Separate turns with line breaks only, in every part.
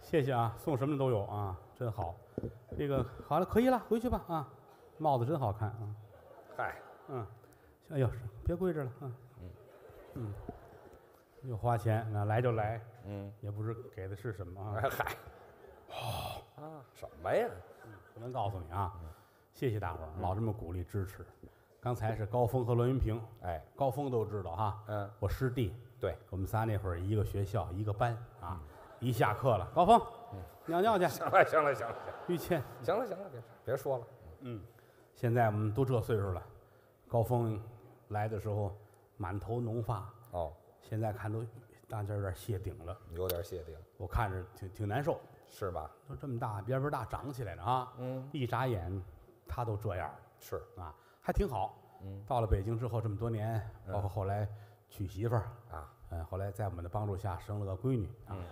谢谢啊，送什么的都有啊，真好。这个好了，可以了，回去吧啊。帽子真好看啊，
嗨，
嗯，哎呦，别跪着了啊，嗯嗯，又花钱啊，来就来，
嗯，
也不知给的是什么啊
哎。嗨，
哦
啊，什么呀？
不能告诉你啊，
嗯
谢谢大伙儿老这么鼓励支持。刚才是高峰和栾云平，
哎，
高峰都知道哈，
嗯，
我师弟，
对，嗯
我们仨那会儿一个学校一个班啊，一下课了，高峰，尿尿去，
行了，行了，行了，
于谦。
行了，行了，别别说了，
现在我们都这岁数了，高峰来的时候满头浓发，
哦，
现在看都大家有点谢顶了，
有点谢顶，
我看着挺挺难受，
是吧？
都这么大边边大长起来了啊，
嗯，
一眨眼他都这样了。
是，
啊，还挺好。
嗯，
到了北京之后这么多年，包括后来娶媳妇儿，
啊，
嗯，后来在我们的帮助下生了个闺女啊。
嗯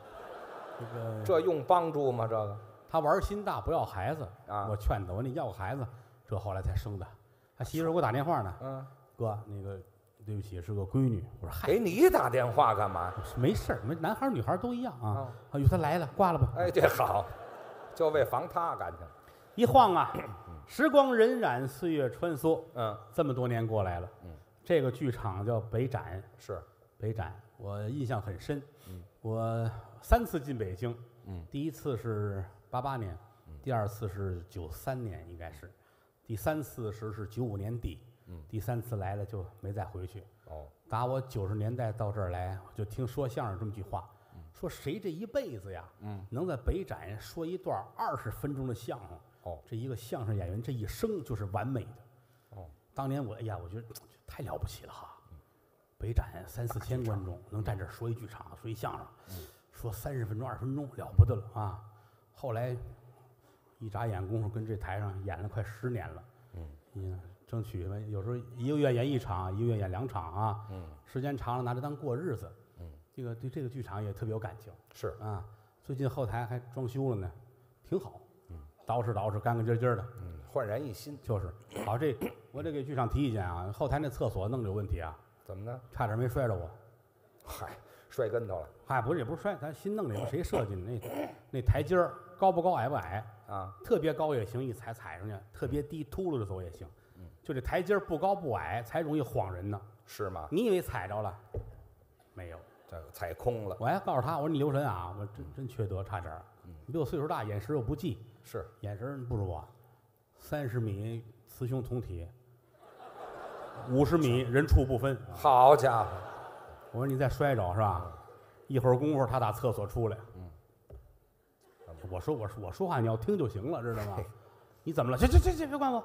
这个
这用帮助吗？这个
他玩心大，不要孩子
啊
我劝他，我说你要个孩子，这后来才生的。他媳妇儿给我打电话呢，
嗯，
哥，那个对不起，是个闺女。我说嗨，
给你打电话干嘛？
没事儿，没男孩儿女孩儿都一样啊
哦。
哎呦，他来了，挂了吧。
哎，这好，就为防他感情，
一晃啊，时光荏苒，岁月穿梭，
嗯，
这么多年过来了。
嗯，
这个剧场叫北展，
是，
北展，我印象很深。
嗯，
我三次进北京。
嗯，
第一次是八八年，
嗯
第二次是九三年，应该是，第三次时是九五年底。
嗯，
第三次来了就没再回去。
哦，
打我九十年代到这儿来，我就听说相声这么句话，说谁这一辈子呀，
嗯，
能在北展说一段二十分钟的相声，
哦，
这一个相声演员这一生就是完美的。
哦，
当年我哎呀，我觉得这太了不起了哈！北展三四千观众能站这儿说一剧场，说一相声，说三十分钟、二十分钟，了不得了啊！后来一眨眼功夫，跟这台上演了快十年了。嗯，争取吧，有时候一个月演一场，一个月演两场啊。
嗯，
时间长了拿这当过日子。
嗯，
这个对这个剧场也特别有感情
是，
啊。最近后台还装修了呢，挺好。嗯，捯饬捯饬，干干净净的。
嗯，焕然一新，
就是好，这我得给剧场提意见啊。后台那厕所弄着有问题啊，
怎么呢？
差点没摔着我。
嗨，摔跟头了
嗨，不是也不是摔，咱新弄的，也不是谁设计的。那那台阶儿高不高，矮不矮，
啊？
特别高也行，一踩踩上去；特别低，秃噜着走也行。就这台阶儿不高不矮，才容易晃人呢。
是吗？
你以为踩着了？没有，
这个踩空了，
我还告诉他，我说你留神啊，我真真缺德，差点儿。你比我岁数大，眼神又不济，
是，
眼神不如我。三十米雌雄同体，五十米人畜不分。
好家伙，
我说你再摔着是吧？一会儿功夫他打厕所出来。我说我说我说话你要听就行了，知道吗？你怎么了？去去去去，别管我！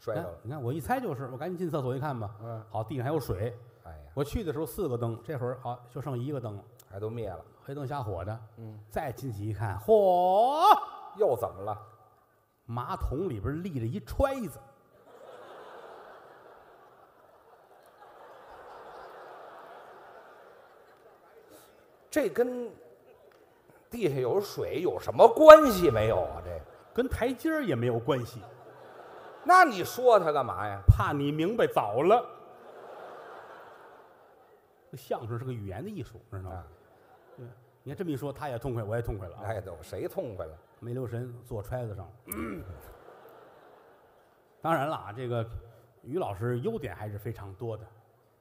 摔
你
着
看
了，
你看，我一猜就是，我赶紧进厕所一看吧。
嗯，
好，地上还有水。
哎呀，
我去的时候四个灯，这会儿好就剩一个灯了，
还都灭了，
黑灯瞎火的。
嗯，
再进去一看，嚯，
又怎么了？
马桶里边立着一揣子，
这跟地下有水有什么关系没有啊？这个，
跟台阶儿也没有关系。
那你说他干嘛呀？
怕你明白早了。这相声是个语言的艺术，知道吗
啊？
对，你看这么一说，他也痛快，我也痛快了啊！
哎，都谁痛快了？
没留神坐揣子上了。 当然了啊，这个于老师优点还是非常多的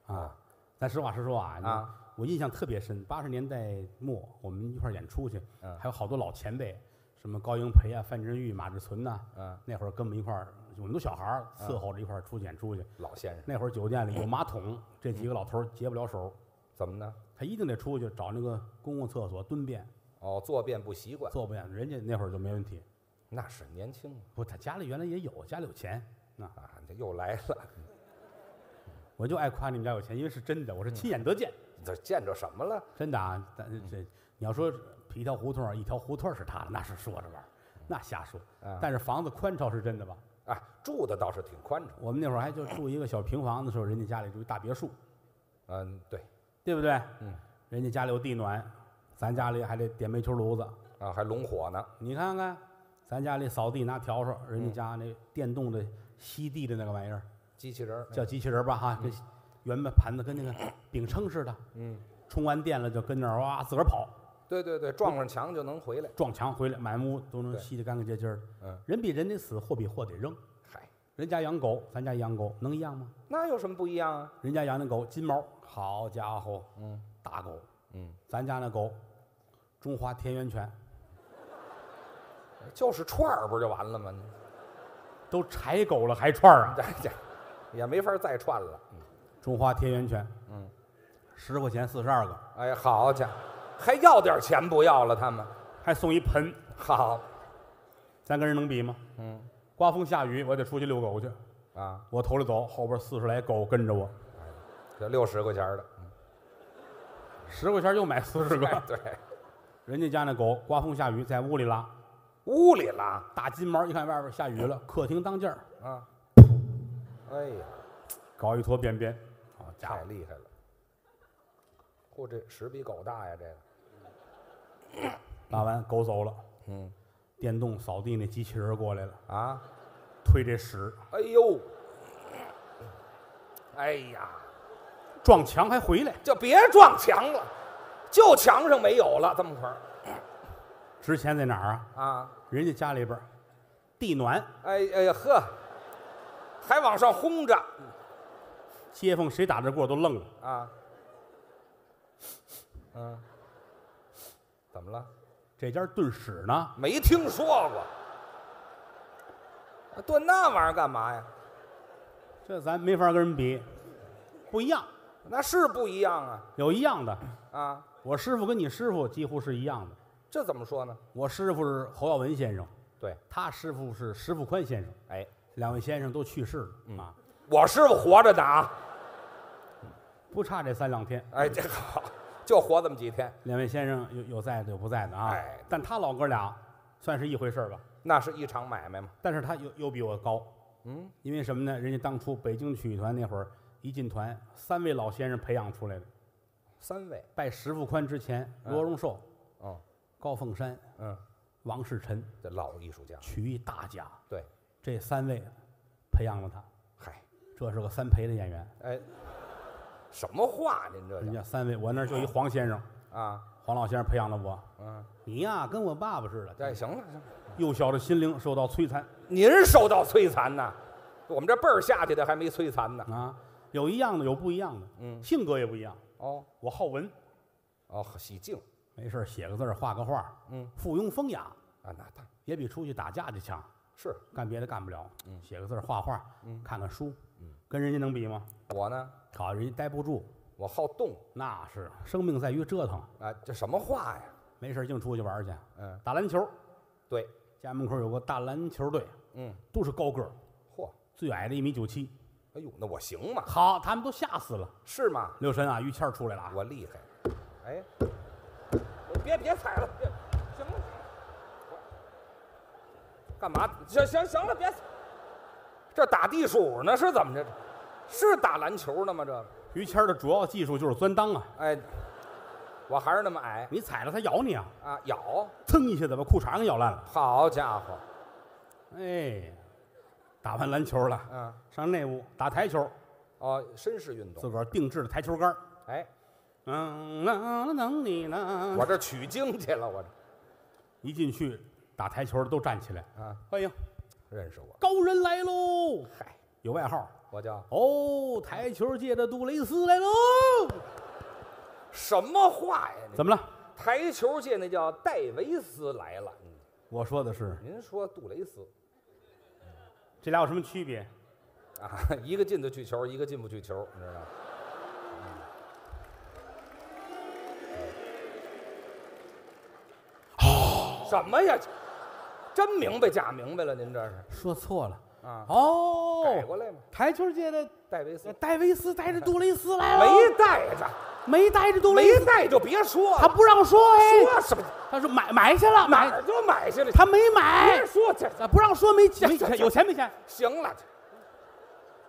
啊
啊。
咱实话实说啊，
啊
你我印象特别深，八十年代末我们一块儿演出去，
嗯
还有好多老前辈，什么高英培啊、范振钰、马志存呐、
嗯，
那会儿跟我们一块儿，我们都小孩儿，伺候着一块儿出去演出去。
老先生，
那会儿酒店里有马桶，这几个老头儿结不了手，
怎么呢？
他一定得出去找那个公共厕所蹲便，
哦，坐便不习惯，
坐不便。人家那会儿就没问题。
那是年轻啊
不，他家里原来也有，家里有钱。啊，
啊，这又来了，
我就爱夸你们家有钱，因为是真的，我是亲眼得见，
这见着什么了？
真的啊。但是这你要说一条胡同儿，一条胡同儿是他的，那是说着玩儿，那瞎说。
啊
但是房子宽敞是真的吧？
啊，住的倒是挺宽敞，
我们那会儿还就住一个小平房的时候，人家家里住一大别墅，
嗯，对，
对不对？
嗯，
人家家里有地暖，咱家里还得点煤球炉子，
啊，还拢火呢，
你看看，咱家里扫地拿笤帚，人
嗯
家家那电动的吸地的那个玩意儿，
机器人
嗯
儿，
叫机器人吧哈，这圆盘盘子跟那个饼铛似的，
嗯，
充完电了就跟那儿哇自个儿跑，
对对对，撞上墙就能回来。
撞墙回来，满屋都能
对
吸得干干净净儿。
嗯，
人比人得死，货比货得扔。
嗨，
人家养狗，咱家养狗能一样吗？
那有什么不一样啊？
人家养的狗金毛，好家伙，
嗯
大狗，
嗯，
咱家那狗，中华田园犬，
就是串儿不就完了 吗？你
都柴狗了还串儿啊？
这这也没法再串了。
中华田园犬，
嗯，
十块钱四十二个，
哎，好家伙，还要点钱不要了？他们
还送一盆，
好，
咱跟人能比吗？
嗯
刮风下雨，我得出去遛狗去，
啊，
我头里走，后边四十来狗跟着我，
这六十块钱 的，
十块钱又买四十
哎
个。
对，
人家家那狗刮风下雨在屋里拉，
屋里拉
大金毛一看外边下雨了，客厅当间儿
啊，哎呀，
搞一坨便便，好家
太
伙，
厉害了！嚯，这屎比狗大呀，这个，
拉完狗走了，
嗯
电动扫地那机器人过来了，
啊，
推这屎
哎呦，哎呀，
撞墙还回来，
就别撞墙了，就墙上没有了，这么块儿
值钱在哪儿啊？
啊，
人家家里边儿地暖，
哎哎呀呵，还往上轰着
街坊谁打这过都愣了，
啊，嗯，怎么了？
这家炖屎呢，
没听说过。啊炖那玩意儿干嘛呀？
这咱没法跟人比，不一样，
那是不一样啊
有一样的，
啊！
我师傅跟你师傅几乎是一样的，
这怎么说呢？
我师傅是侯耀文先生，
对，
他师傅是石富宽先生，
哎，
两位先生都去世了、
嗯
啊，
我师傅活着呢啊！
不差这三两天。
哎，这好，就活这么几天，
两位先生有有在的有不在的啊，
哎
但他老哥俩算是一回事儿吧，
那是一场买卖嘛。
但是他又又比我高，
嗯，
因为什么呢？人家当初北京曲艺团那会儿一进团，三位老先生培养出来的，
三位，
拜石富宽之前，
嗯
罗荣寿、
嗯
高凤山、
嗯，
王世臣，
这老艺术家，
曲艺大家，
对，
这三位培养了他，
嗨，
这是个三陪的演员。
哎，什么话您这
人
叫
家三位，我那儿就一黄先生，
啊？
黄老先生培养了我。
嗯，
你呀，跟我爸爸似的，
哎，行了行了，
幼小的心灵受到摧残
您受到摧残呐，我们这辈儿下去的还没摧残呢。
啊，有一样的，有不一样的，
嗯，
性格也不一样。
哦
我好文，
哦，喜静
没事儿写个字儿，画个画儿，
嗯，
附庸风雅，
啊，那他
也比出去打架去强。
是
干别的干不了，
嗯
写个字儿，画画，
嗯
看看书
嗯，
跟人家能比吗？
我呢，
好，人家待不住，
我好动
那是生命在于折腾，
啊，这什么话呀？
没事儿净出去玩儿去，
嗯，
打篮球。
对，
家门口有个大篮球队，
嗯，
都是高个儿，
嚯，
最矮的一米九七。
哎呦，那我行吗？
好，他们都吓死了。
是吗？
刘神啊，于谦儿出来了啊，
我厉害，哎，别别踩了，别，行了，干嘛？行行行了，别，这打地鼠呢是怎么着？是打篮球呢吗？这，
于谦儿的主要技术就是钻裆啊，
哎，我还是那么矮
你踩了他咬你啊，
啊，咬，
噌一下子把裤衩给咬烂了。
好家伙，
哎，打完篮球了，
嗯，
上那屋打台球，
哦，绅士运动，
自个儿定制的台球杆儿。
哎，
嗯，能能你呢
我？这取经去了，我这
一进去打台球的都站起来，
啊，
欢迎
认识我，
高人来喽！
嗨，
有外号
我叫
哦，台球界的杜蕾斯来喽！
什么话呀？
怎么了？
台球界那叫戴维斯来了，嗯
我说的是
您说杜蕾斯。
这俩有什么区别？
啊， 一个进得去球，一个进不去球，你知道吗？哦，什么呀？真明白假明白了，您这是
说错了
啊？改
哦，
过来吗？
台球界的
戴维斯
戴维斯带着杜蕾斯来了，
没带着，
没带着杜蕾
没
斯，
带就别说
他
了，
不让说哎，
说什么
他说买买去了，
哪
买
儿就买下来？
他没买
别，说这
啊不让说没
这
没
这
钱
这
有钱没钱？
行了，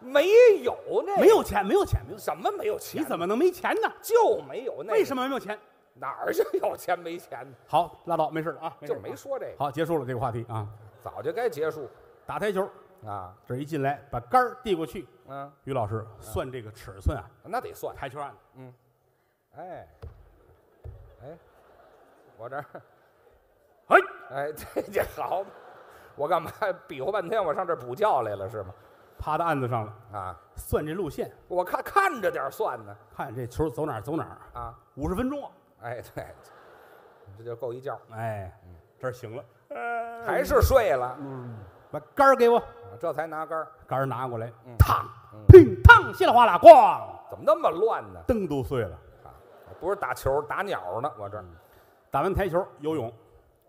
没有那个
没有钱没有钱没有哎钱，
什么没有钱，
你怎
么
么能没钱呢？
就没有那？
为什
么
么没有钱？
哪儿就有钱没钱呢？
好，拉倒，没事了啊，事
就
了
没说这个。
好，结束了这个话题啊。
早就该结束
打台球，
啊，
这一进来把杆儿递过去，
嗯，
于老师算这个尺寸啊，
那得算，
台球案
哎，哎，我这儿，
哎，
哎， 这这好，我干嘛比划半天？我上这儿补觉来了是吗？
趴到案子上了，
啊，
算这路线，
我看看着点儿算呢
看这球走哪儿走哪儿，
啊，
五十分钟啊，
哎， 对，这就够一觉，
哎，这儿醒了，
还是睡了，啊
把杆儿给我，嗯
这才拿杆儿，
杆儿拿过来，烫，乒烫，稀里哗啦，咣，
怎么那么乱呢？
灯都碎了。
啊，不是打球打鸟呢，我这儿，
打完台球，游泳，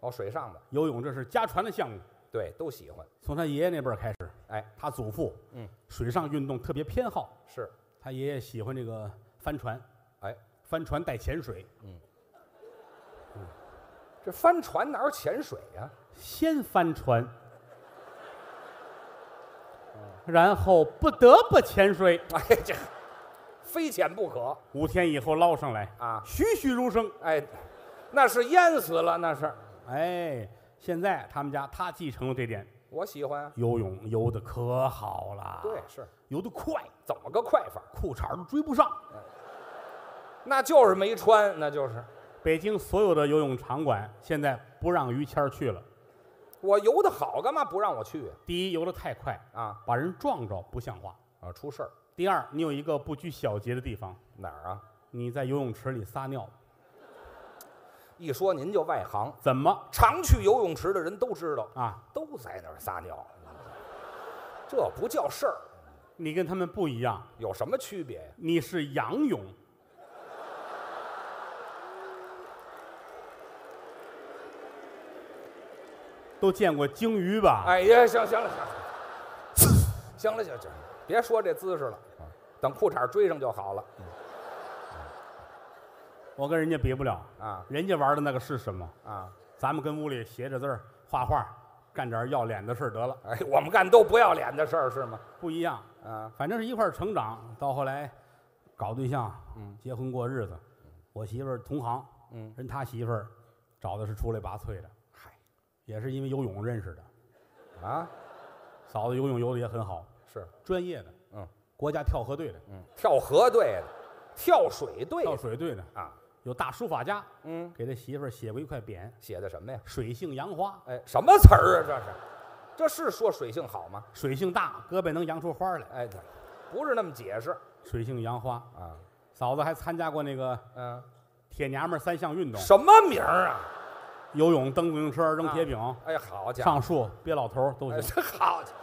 哦，水上的，
游泳这是家传的项目，
对，都喜欢，
从他爷爷那辈儿开始，
哎，
他祖父，
嗯，
水上运动特别偏好，
是，
他爷爷喜欢这个帆船，
哎，
帆船带潜水，
这帆船哪有潜水呀、
先帆船，然后不得不潜水，
哎，这非潜不可
五天以后捞上来，
啊！
栩栩如生。
哎，那是淹死了，那是
哎，现在他们家他继承了这点，
我喜欢啊。
游泳游的可好了，
对，，是
游得快，
怎么个快法？
裤衩儿都追不上。
那就是没穿，那就是
北京所有的游泳场馆现在不让于谦儿去了。
我游得好，干嘛不让我去呀
第一，游得太快，
啊？
把人撞着，不像话；
啊，出事儿
第二，你有一个不拘小节的地方，
哪儿啊？
你在游泳池里撒尿，
一说您就外行，
怎么
常去游泳池的人都知道，
啊？
都在那儿撒尿，这不叫事儿，
你跟他们不一样，
有什么区别呀？
你是仰泳，都见过鲸鱼吧？
哎呀，行行了，行了，行了，行了行了，别说这姿势了，等裤衩追上就好了
我跟人家比不了，
啊
人家玩的那个是什么？
啊！
咱们跟屋里写着字儿、画画，干点要脸的事儿得了，
哎，我们干都不要脸的事儿是吗？
不一样。
啊，
反正是一块儿成长，到后来搞对象，结婚过日子。我媳妇儿同行，
嗯，
人他媳妇儿找的是出类拔萃的，
嗨，
也是因为游泳认识的。
啊，
嫂子游泳游的也很好，
是，
专业的，
嗯，
国家跳河队的，
嗯，跳河队的，跳水队
跳
的
水队的，
啊，
有大书法家
嗯，
给他媳妇儿写过一块匾
写的什么呀：“？
水性杨花，
哎，什么词儿啊？这是，这是说水性好吗？
水性大，胳膊能扬出花来。
哎，对不是那么解释”
水性杨花，
啊，
嫂子还参加过那个
嗯，
铁娘们儿三项运动：
什么名儿啊？
游泳、蹬自行车、扔
啊
铁饼、
哎，好家伙，
上树、憋老头儿都
哎
行。
这好家伙，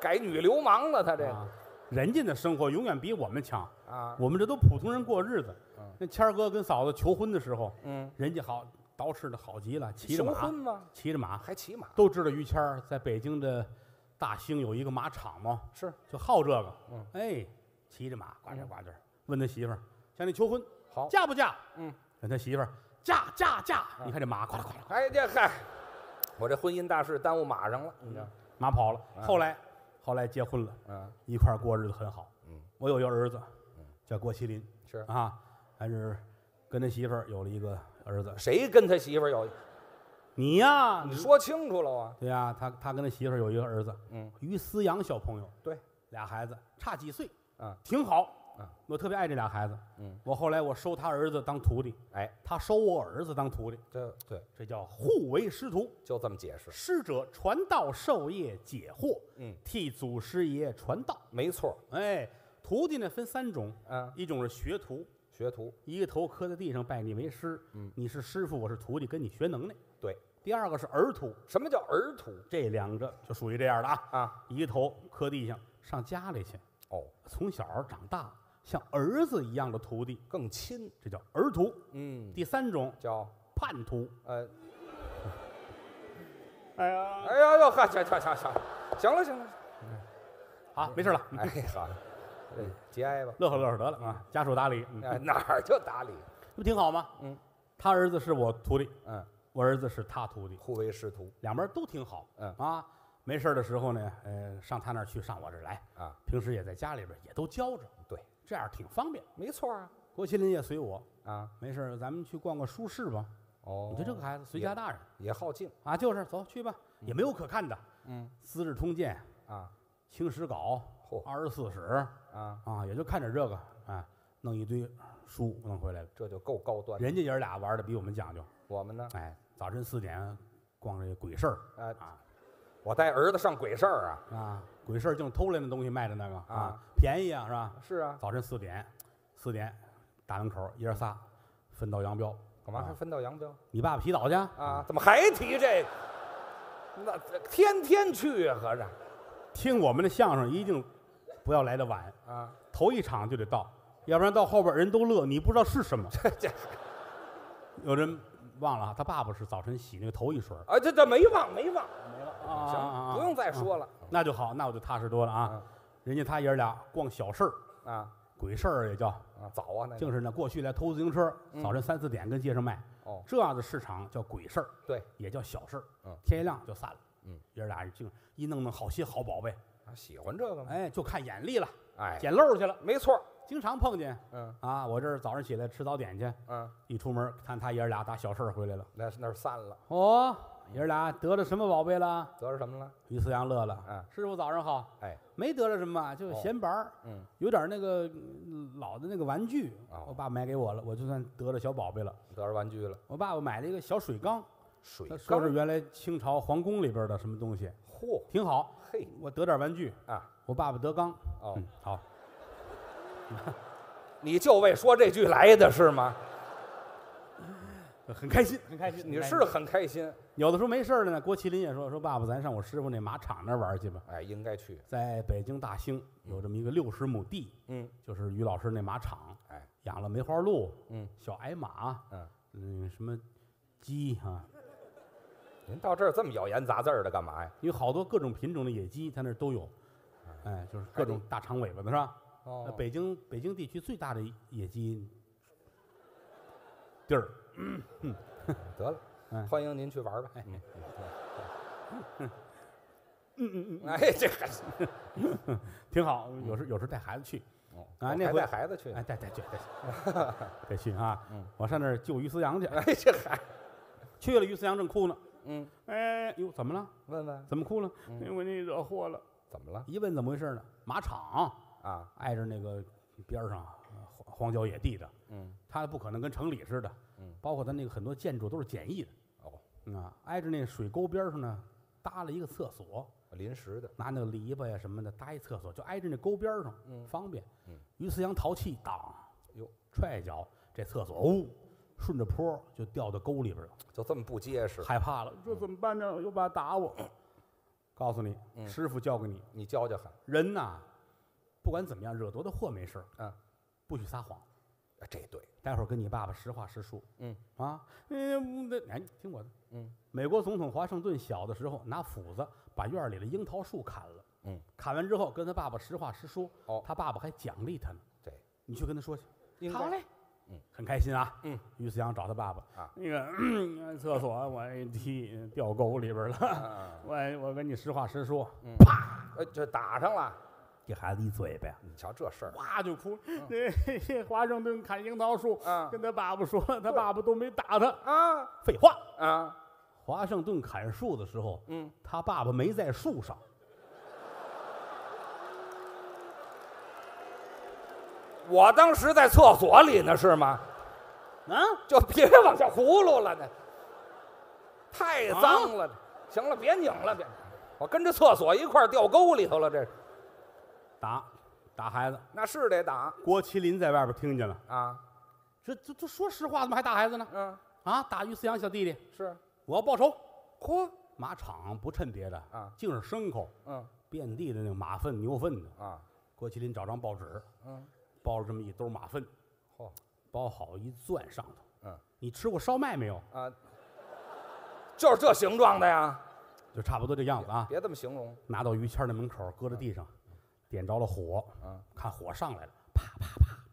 改女流氓了，他这
啊，人家的生活永远比我们强，
个啊，
我们这都普通人过日子
嗯。
那谦儿哥跟嫂子求婚的时候，
嗯，
人家好捯饬的好极了，骑着
求
马
婚，吗？
骑着马，
还骑马
都知道于谦儿在北京的大兴有一个马场嘛，
是
就好这个。
嗯，
哎，骑着马呱唧呱唧，问他媳妇儿向你求婚，
好
嫁不嫁？
嗯，
问他媳妇儿嫁嫁嫁。你看这马呱啦呱啦，
哎这嗨，我这婚姻大事耽误马上了，你知道？
马跑了。后来，后来结婚了，
嗯，
一块儿过日子很好。
嗯，
我有一个儿子，叫郭麒麟
是
啊，还是跟他媳妇儿有了一个儿子。
谁跟他媳妇儿有？
你呀，
你说清楚了啊！
对呀，他他跟他媳妇儿有一个儿子，
嗯，
于思阳小朋友，
对，
俩孩子差几岁，
嗯，
挺好，
嗯，
我特别爱这俩孩子，
嗯，
我后来我收他儿子当徒弟，
哎，
他收我儿子当徒弟，
这对，
这叫互为师徒，
就这么解释，
师者传道授业解惑，
嗯，
替祖师爷传道，
没错。
哎，徒弟呢分三种，
嗯，
一种是学徒，
学徒
一个头磕在地上拜你为师，
嗯，
你是师傅，我是徒弟，跟你学能耐，
对，
第二个是儿徒，
什么叫儿徒
这两个就属于这样的啊，
啊？
一个头磕地上上家里去。
哦，
从小长大像儿子一样的徒弟，
更亲。
这叫儿徒。
嗯，
第三种
叫
叛徒，
呃，
哎呀，
哎呀呦，嗨，行行行行，行了行了，
好，没事了，
哎，好，哎节哀吧。
乐呵乐呵得了啊，家属打理，嗯
哎哪儿就打理，
这不挺好吗？
嗯，
他儿子是我徒弟，
嗯，
我儿子是他徒弟，
互为师徒
两边都挺好。
嗯
啊，没事的时候呢，呃，上他那儿去，上我这儿来，
啊，
平时也在家里边也都教着，
对，
这样挺方便。
没错啊
郭麒麟也随我，
啊。
没事儿咱们去逛逛书市吧。
哦，
你说这个孩子随家大人
也好静
啊，就是走去吧，也没有可看的，
嗯，
《资治通鉴》
啊
《清史稿》
嚯
二十四史
啊，
啊，也就看点这个啊，弄一堆书弄回来了。
这就够高端。
人家爷儿俩玩的比我们讲究，
我们呢？
哎，早晨四点逛这鬼市儿
啊，
啊
我带儿子上鬼市儿啊。
啊，鬼市儿净偷来的东西卖的那个
啊，
便宜啊，是吧？
是啊，
早晨四点，四点大门口爷儿仨分道扬镳，
干嘛
啊
还分道扬镳
你爸爸洗澡去
啊？？怎么还提这个？那这天天去啊，合着
听我们的相声一定不要来的晚，
啊，
头一场就得到，要不然到后边人都乐，你不知道是什么。
这这
有人忘了啊，他爸爸是早晨洗那个头一水儿
啊，这这没忘没忘，
啊
行，不用再说了
那就好，那我就踏实多了啊
嗯。
人家他爷儿俩逛小事儿，
啊
鬼事儿也叫，
啊，早啊，那
净是呢。过去来偷自行车，
嗯
早晨三四点跟街上卖，
哦，
这样的市场叫鬼事儿，
对，
也叫小事儿。
嗯
天一亮就散了。
嗯，
爷儿俩净一弄弄好些好宝贝，
啊喜欢这个吗？
哎，就看眼力了，
哎，
捡漏儿去了，
没错儿，
经常碰见
嗯
啊。我这儿早上起来吃早点去，
嗯，
一出门看他爷儿俩打小事儿回来了。
那那儿散了，
哦，爷儿俩得了什么宝贝了？
得着什么了？
于四阳乐了，
嗯
师傅早上好，
哎，
没得了什么啊，就是
哦
闲玩儿，
嗯，
有点那个嗯老的那个玩具，
哦
我爸买给我了，我就算得了小宝贝了。
得着玩具了，
我爸爸买了一个小水缸，
水
他说
缸
是原来清朝皇宫里边的什么东西，
嚯，
挺好。
嘿
我得点玩具，
啊，
我爸爸得缸，
哦，
嗯，好，
你就为说这句来的是吗？
很开心，很开心。
你
很开
是
心
很开心，
有的时候没事儿了呢，郭麒麟也说说爸爸，咱上我师傅那马场那儿玩儿去吧。
哎，应该去，
在北京大兴有这么一个六十亩地，
嗯，
就是于老师那马场，
哎，
养了梅花鹿，
嗯，
小矮马，
嗯
嗯，什么鸡啊，
您到这儿这么咬言杂字儿的干嘛呀？
有好多各种品种的野鸡，它那儿都有，哎，就是各种大长尾巴的是吧？那
嗯哦，
北京北京地区最大的野鸡地儿，
得 了，
嗯
欢迎您去玩儿吧。
哎
嗯，嗯嗯， 哎，这还是
挺好。
嗯
有时有时带孩子去，
哦
啊
我
那
还
回
带孩子去呢
哎，，带带去带去 得去啊
嗯！
我上那儿救于思阳去，
哎，这还
去了于思阳正哭呢，
嗯，
哎呦，怎么了？
问问
怎么哭了？哎
嗯
因为你惹祸了。
怎么了
一问怎么回事呢？马场
啊？
挨着那个边儿上呃荒荒郊野地的，
嗯，
它不可能跟城里似的，
嗯，
包括它那个很多建筑都是简易的，
哦，
嗯啊，挨着那水沟边上呢，搭了一个厕所，
临时的，
拿那个篱笆呀什么的搭一厕所，就挨着那沟边上，
嗯
方便。
嗯，
于四阳淘气，当，
哟，
踹一脚，这厕所呜，顺着坡就掉到沟里边了，
就这么不结实，
害怕了，这怎么办呢？又爸打我。告诉你，
嗯
师傅教给你，
你教教喊，
人呐，不管怎么样，惹多大祸没事儿
嗯，
不许撒谎。
哎这对，
待会儿跟你爸爸实话实说。
嗯
啊，嗯，那哎，听我的。
嗯，
美国总统华盛顿小的时候拿斧子把院里的樱桃树砍了。
嗯，
砍完之后跟他爸爸实话实说。
哦
他爸爸还奖励他呢。
对，
你去跟他说去。
应
好
该
嘞。
嗯，
很开心啊。
嗯，
于思阳找他爸爸
啊，
那个 厕所我一踢掉沟里边了，
啊，
我 我跟你实话实说，
哎，这打上了，
给孩子一嘴巴呀，
你瞧这事儿
哇就哭。那 华盛顿砍樱桃树，
啊
跟他爸爸说了，他爸爸都没打他。
啊
废话，
啊，
华盛顿砍树的时候，
嗯，
他爸爸没在树上，
我当时在厕所里呢，是吗？
啊，
就别往下葫芦了呢，太脏了。行了，别拧了，别，我跟着厕所一块儿掉沟里头了。这
打打孩子。
那是得打
郭麒麟在外边听见了，
啊，
这这这说实话，怎么还打孩子呢？
嗯，
啊，打于思阳小弟弟，
是，
我要报仇。
嚯，
马场不趁别的
啊，
净是牲口，
嗯
遍地的那个马粪、牛粪的。
啊，
郭麒麟找张报纸，
嗯，
包了这么一兜马粪，
嚯
包好一攥上头。
嗯
你吃过烧麦没有？
啊，就是这形状的呀，
就差不多这样子啊。
别这么形容。
拿到于谦儿那门口，搁在地上，点着了火，
嗯，
看火上来了，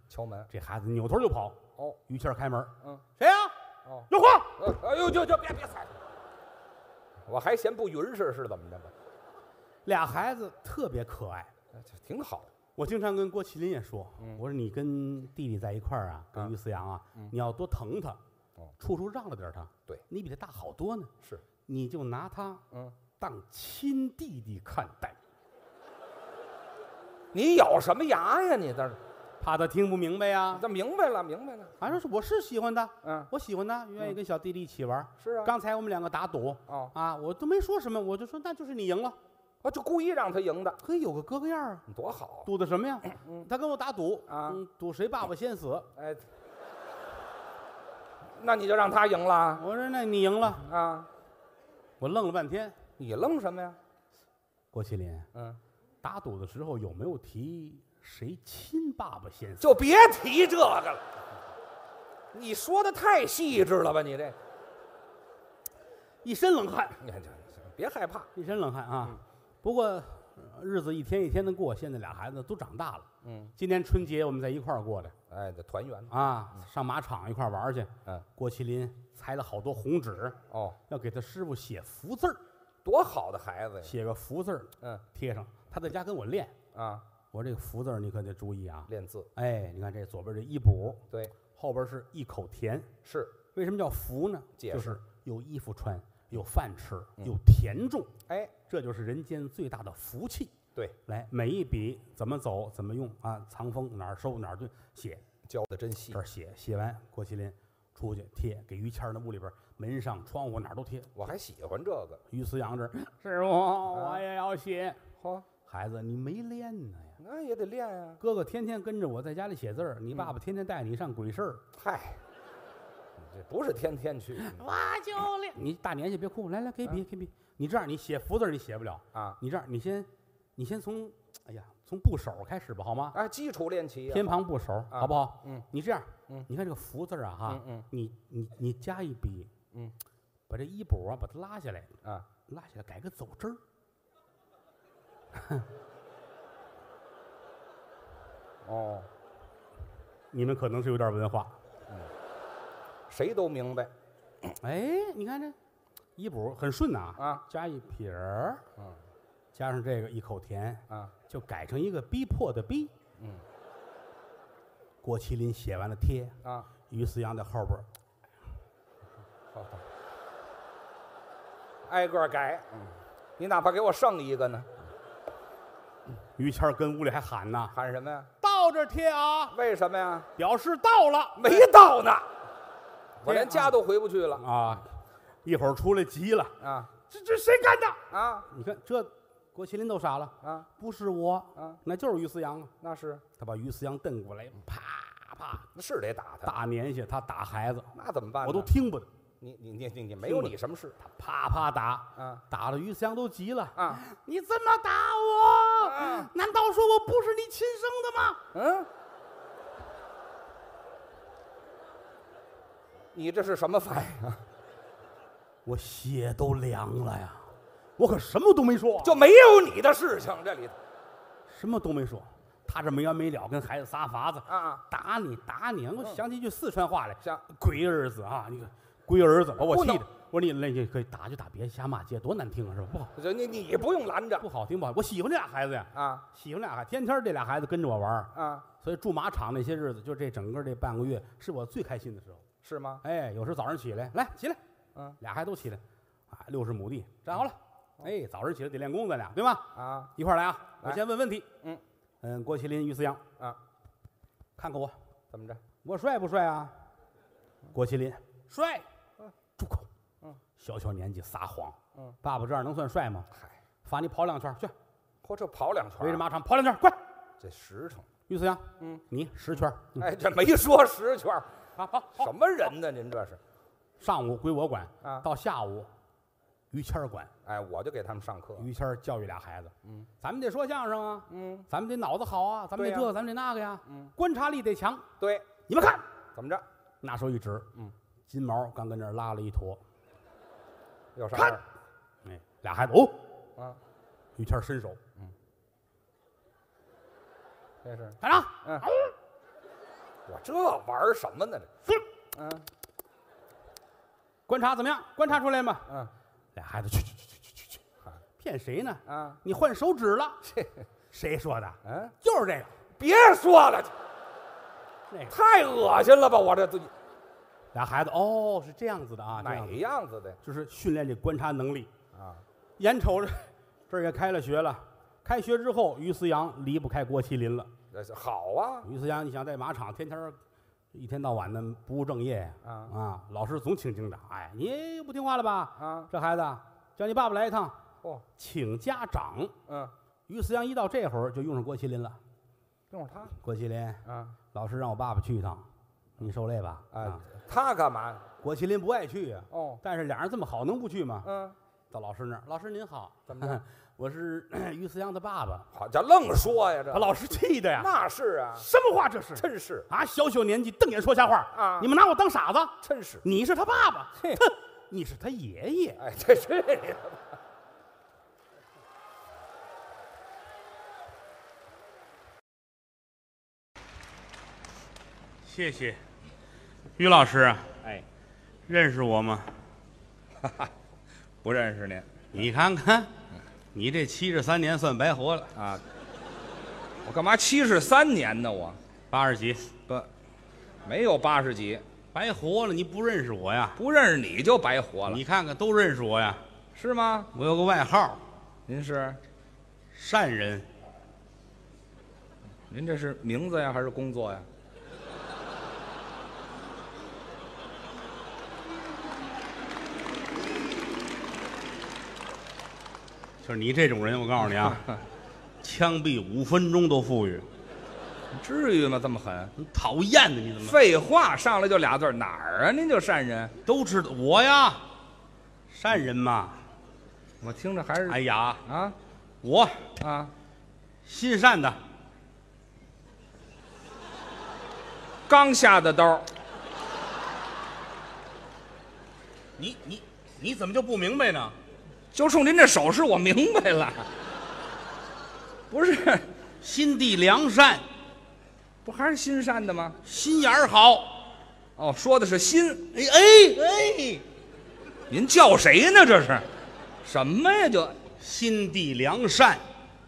敲门，
这孩子扭头就跑。
哦
于谦儿开门，
嗯，
谁呀、
哦，
有话，
呃哎呦，就就别别踩，我还嫌不匀实是怎么着吧？
俩孩子特别可爱。
哎这挺好，
我经常跟郭麒麟也说，
嗯
我说你跟弟弟在一块儿啊，跟
嗯
于思阳啊，
嗯
你要多疼他，
哦
处处让着点他。
对，
你比他大好多呢，
是，
你就拿他
嗯，
当亲弟弟看待。
你咬什么牙呀？你这
怕他听不明白呀。
这明白了，明白了，
反正是我是喜欢他，
嗯，
我喜欢他，愿意跟小弟弟一起玩。
是啊，
刚才我们两个打赌
哦，
啊，我都没说什么，我就说那就是你赢了。
我就故意让他赢的，
嘿，有个哥哥样儿啊，
多好
赌的什么呀
嗯？
他跟我打赌
啊
嗯赌谁爸爸先死。
啊！哎，那你就让他赢了
我说那你赢了，
啊？
我愣了半天。
你愣什么呀？
郭麒麟，
嗯，
打赌的时候有没有提谁亲爸爸先死？
就别提这个了，你说的太细致了吧？你这，
一身冷汗，
你看这，别害怕，
一身冷汗啊。
嗯
不过呃日子一天一天的过，现在俩孩子都长大了。
嗯，
今年春节我们在一块儿过的
哎，这团圆
啊，上马场一块儿玩儿去。
嗯，
郭麒麟裁了好多红纸，
哦，
要给他师傅写福字儿，
多好的孩子呀！
写个福字儿
嗯
贴上。他在家跟我练，
啊，
我说这个福字儿你可得注意啊。
练字，
哎，你看这左边这一补，
对，
后边是一口甜。
是
为什么叫福呢？
解
就
释
是有衣服穿，有饭吃，
嗯
有田种，
哎，
这就是人间最大的福气。
对，
来每一笔怎么走，怎么用啊？藏风哪儿收哪儿对，写
教的真细
这，儿写，写完郭麒麟出去贴给于谦儿那屋里边儿门上、窗户哪儿都贴。
我还喜欢这个。
于思阳这儿 师傅，
啊
我也要写。
嚯，
孩子，你没练呢呀？
哦那也得练啊！
哥哥天天跟着我在家里写字儿，你爸
嗯
爸天天带你上鬼市儿。
嗨，你这不是天天去
哇，就练！你大年纪别哭，来来，给
嗯
笔给笔。你这样你写福字儿你写不了，
啊！
你这样你先，你先从，哎呀，从部首开始吧，好吗？
啊，基础练习呀。
偏旁部首，好不好？
嗯，
你这样，
嗯，
你看这个福字儿啊，哈
嗯，嗯
你你你加一笔，
嗯，
把这衣补啊，把它拉下来，
啊，
拉下来改个走之 儿。
哦，
你们可能是有点文化，
谁都明白
哎，你看这衣补很顺呐，
啊
加一撇儿，
嗯，
加上这个一口甜，
啊！
就改成一个逼迫的逼。
嗯，
郭麒麟写完了贴，
啊，
于思阳在后边儿，
好好，挨个儿改。嗯，你哪怕给我剩一个呢，
于谦儿跟屋里还喊呢
喊什么呀？：“
到这儿贴啊，
为什么呀？
表示到了
没到呢，我
对
连家都回不去了
啊！”一会儿出来急了，
啊
这这谁干的？
啊
你看这郭麒麟都傻了，
啊
不是我，
啊！
那就是于思阳啊！
那是
他把于思阳瞪过来，啪啪，
那是得打他，
大年下他打孩子，
那怎么办呢？
我都听不得，
你你你你你没有
听不
你什么事
他啪啪打，
啊
打的于思阳都急了，
啊
你这么打我，
啊
难道说我不是你亲生的吗？
嗯，你这是什么反应啊？
我血都凉了呀，我可什么都没说，
就没有你的事情这里头
什么都没说，他这没完没了跟孩子撒法子，
啊，
打你打你，我想起一句四川话来，
像
龟儿子啊，你个龟儿子把我
不
气
能
的，我说你那就可以打就打，别瞎骂街，多难听啊，是吧？不好
就你你不用拦着
不好听不好，我喜欢这俩孩子呀，
啊
喜欢俩孩子，天天这俩孩子跟着我玩儿，
啊，
所以驻马场那些日子，就这整个这半个月是我最开心的时候。
是吗？
哎，有时早上起来，来起来，
嗯，
俩孩子都起来，啊，六十亩地站好了，哎，早上起来得练功，咱俩对吧？
啊，
一块儿来啊！我
来
先问问题，
嗯
嗯，郭麒麟、于思阳
啊，
看看我，
怎么着？
我帅不帅啊？郭麒麟帅
嗯，
住口！
嗯，
小小年纪撒谎，
嗯，
爸爸这样能算帅吗？
嗨，
罚你跑两圈儿去，
或者跑两圈儿，
围着马场跑两圈儿，快！
这实诚，
于思阳，
嗯，
你十圈儿，嗯
哎，这没说十圈 儿，
好好好。
什么人呢？您这是
上午归我管，
啊？
到下午于谦儿管。
哎，我就给他们上课，
于谦儿教育俩孩子，
嗯，
咱们得说相声啊，
嗯，
咱们得脑子好啊，咱们
对
得
呀
这个，咱们得那个呀，
嗯，
观察力得强。
对，
你们看，
怎么着？
拿手一指，
嗯，
金毛刚跟那儿拉了一坨，
有啥事儿
哎，俩孩子哦，
嗯啊？
于谦儿伸手
这是
干啥？
我这玩儿什么呢？这，嗯
观察怎么样？观察出来吗？
嗯
俩孩子去去去去去去去
啊，
骗谁呢？
啊，
你换手指了？
这
谁说的？
嗯，
就是这个，
别说了，
那个
太恶心了吧！我这都
俩孩子哦，是这样子的啊，这
哪
样子
样子的
就是训练这观察能力。
啊？
眼瞅着这儿也开了学了，开学之后，于思阳离不开郭麒麟了。
那是好啊，
于思洋，你想在马场天天儿一天到晚的不务正业
啊
啊，老师总请警长，哎，你又不听话了吧？
啊，
这孩子叫你爸爸来一趟，
哦，
请家长。
嗯，
于思洋一到这会儿就用上郭麒麟了，
用他
郭麒麟，
啊，
老师让我爸爸去一趟，你受累吧？
哎
啊，
他干嘛呀？
郭麒麟不爱去呀，
哦，
但是俩人这么好，能不去吗？
嗯，
到老师那儿，老师您好，
怎么着？
我是 于思洋的爸爸。
好家伙愣说呀这
把，老师气的呀，
那是啊，
什么话啊这是？
真是
啊，小小年纪瞪眼说瞎话
啊
你们拿我当傻子？
真是，
你是他爸爸，
嘿
哼，你是他爷爷。
哎，这这，
谢谢，于老师，啊
哎，
认识我吗？
不认识您
你看看，你这七十三年算白活了，
啊？我干嘛七十三年呢？我
八十几，
不，没有八十几，
白活了，你不认识我呀？
不认识你就白活了，
你看看都认识我呀，
是吗？
我有个外号，
您是
善人。
您这是名字呀，还是工作呀？
就是你这种人，我告诉你啊，枪毙五分钟都富裕，
至于吗？这么狠？
你讨厌的，你怎么
废话，上来就俩字儿哪儿啊？您就善人，
都知道我呀？善人嘛，
我听着还是、
哎呀，
啊
我
啊，
心善的，
刚下的刀，
你你你怎么就不明白呢？
就冲您这手势，我明白了。 不是，
心地良善，
不还是心善的吗？
心眼儿好。
哦，说的是心，
哎哎哎，
您叫谁呢？这是什么呀？就
心地良善，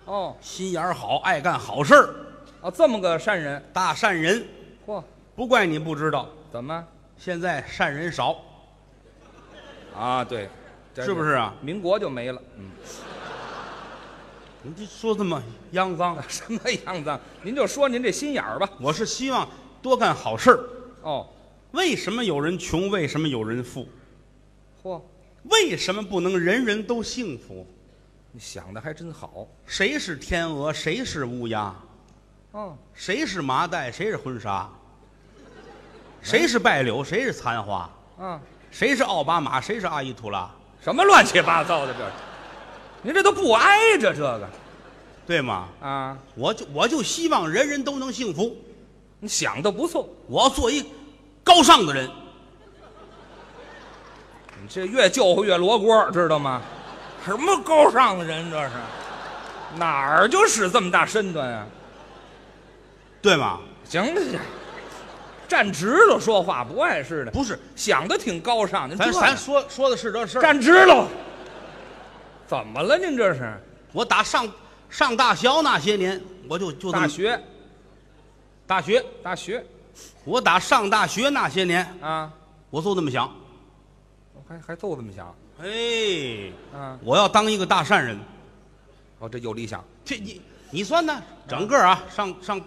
哦
心眼儿好，爱干好事儿，
哦，这么个善人，
大善人。
嚯，
不怪你不知道，
怎么
现在善人少，
啊？对，这
是不是啊？
民国就没了？嗯，
你这说这么肮脏。
啊 什么样子？您就说您这心眼儿吧。
我是希望多干好事儿。
哦，
为什么有人穷？为什么有人富？
嚯，
为什么不能人人都幸福？
你想的还真好。
谁是天鹅？谁是乌鸦？
哦，
谁是麻袋？谁是婚纱？谁是败柳？谁是残花？
啊，
谁是奥巴马？谁是阿依图拉？
什么乱七八糟的这是？您这都不挨着这个
对吗？
啊？
我就我就希望人人都能幸福。
你想的不错，
我要做一高尚的人。
你这越救活越罗锅，知道吗？什么高尚的人这是？哪儿就使这么大身段啊？
对吗？
行了行，站直了说话不碍事的，
不是，
想的挺高尚。您
咱
这
咱说说的是这事儿。
站直了，怎么了？您这是
我打上上大学那些年，我就就这么
大学
大学，
大学
我打上大学那些年，
啊？
我就这么想。
我还还就这么想
哎，
啊？
我要当一个大善人。
哦，这有理想，
这你你算呢？整个啊，上上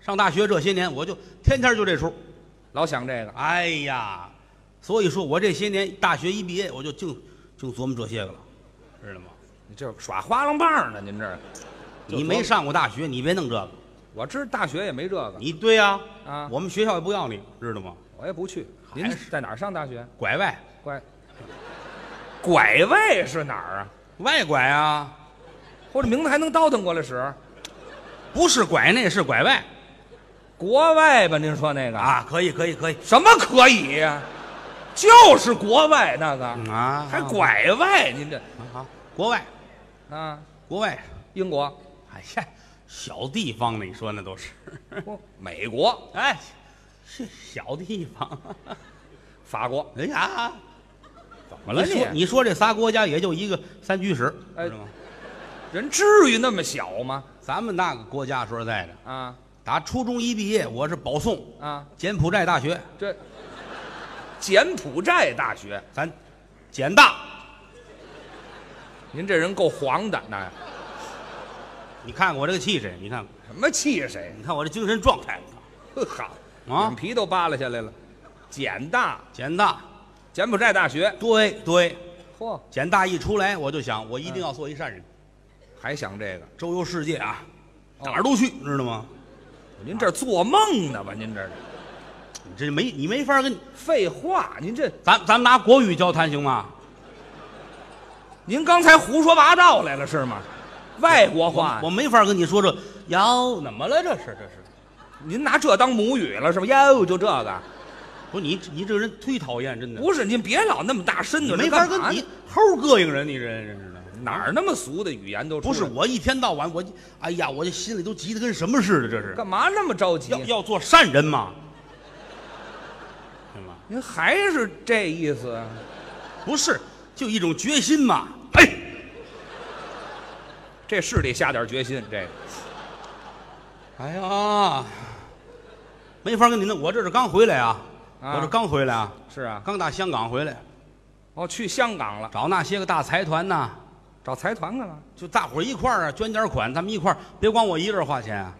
上大学这些年，我就天天就这出。
老想这个。
哎呀，所以说我这些年大学一毕业，我就净净琢磨这些个了，知道吗？
你这耍花浪棒呢？您这儿就
你没上过大学，你别弄这个。
我知大学也没这个
你对呀、
啊，
我们学校也不要你，知道吗？
我也不去。您
还是
在哪儿上大学？
拐外
拐拐外是哪儿啊？
外拐啊，
或者名字还能倒腾过来使？
不是拐内是拐外
国外吧？您说那个
啊，可以可以可以、
什么可以呀、就是国外那个，
嗯、啊，
还拐外，您这
啊啊，国外
啊，
国外，
英国、
哎呀，小地方呢，你说那都是，
不哦美国、
哎，是小地方，
法国，
哎呀，
怎么
你说你说这仨国家也就一个三居室，
哎
知道吗？
人至于那么小吗？
咱们那个国家说实在的，
啊
打初中一毕业，我是保送
啊，
柬埔寨大学，
这柬埔寨大学，
咱柬大
啊您这人够黄的，那
你看看我这个气质，你看，
什么气谁？
你看我这精神状态，
呵好，
啊
眼皮都扒拉下来了。简大，
简大，
柬埔寨大学，
对对，
嚯，
简大一出来我就想，我一定要做一善人，
还想这个？
周游世界啊，
哦
哪儿都去，知道吗？
您这儿做梦呢吧？您这儿
你这没你没法跟，
废话，您这
咱咱们拿国语交谈行吗？
您刚才胡说八道来了是吗？外国话，
我没法跟你说这哟，怎么了？这是这是，
您拿这当母语了是吧？哟，就这个，
不是你你这个人忒讨厌，真的，
不是您别老那么大身
你
子，
没
这
法
干
跟
嘛呢
你齁膈应人，你这人真是的。
哪儿那么俗的语言都出
不是
来了
我一天到晚我，哎呀，我这心里都急得跟什么似的，这是
干嘛那么着急
要？要做善人嘛， 对吗？
您还是这意思啊？
不是，就一种决心嘛。哎，
这是得下点决心，这个
哎呀，没法跟您弄，我这是刚回来啊，
啊
我这刚回来啊，
是啊。
刚打香港回来，
哦，去香港了，
找那些个大财团呐、
找财团去了。
就大伙儿一块儿啊，捐点款，咱们一块儿，别光我一个人花钱啊。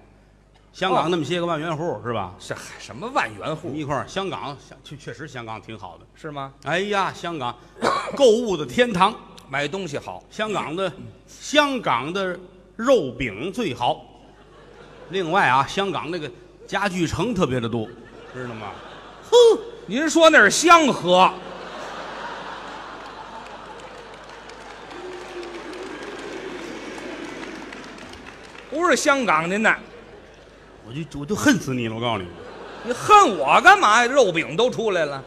香
哦
港那么些个万元户是吧？
是嗨什么万元
我
户
们一块儿，香港确确实香港挺好的。
是吗？
哎呀，香港购物的天堂，
买东西好，
香港的香港的肉饼最好。另外啊，香港那个家具城特别的多，知道吗？哼，
您说那是香河，不是香港您的，
我就我就恨死你了！我告诉你，
你恨我干嘛呀？肉饼都出来了，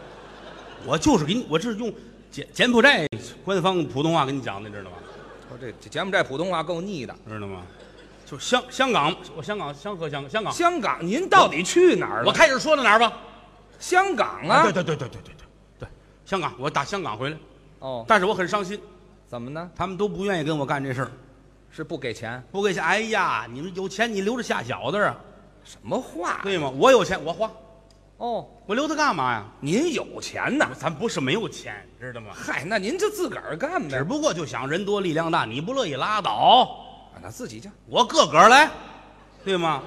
我就是给你，我是用柬柬埔寨官方普通话跟你讲的，知道吗？
我哦这这柬埔寨普通话够腻的。
知道吗？就香香港，我香港香河香香港，
香港，您到底去哪儿了？
我开始说到哪儿吧？
香港啊
对，对对对对对对对，香港，我打香港回来，
哦，
但是我很伤心，
怎么呢？
他们都不愿意跟我干这事儿，
是不给钱？
不给钱。哎呀，你们有钱你留着下小子啊，
什么话？
对吗？我有钱我花，
哦，
我留它干嘛呀？
您有钱呐？
咱不是没有钱，知道吗？
嗨，那您就自个儿干呗
只，不过就想人多力量大，你不乐意拉倒，
啊那自己就
我个个儿来，对吗？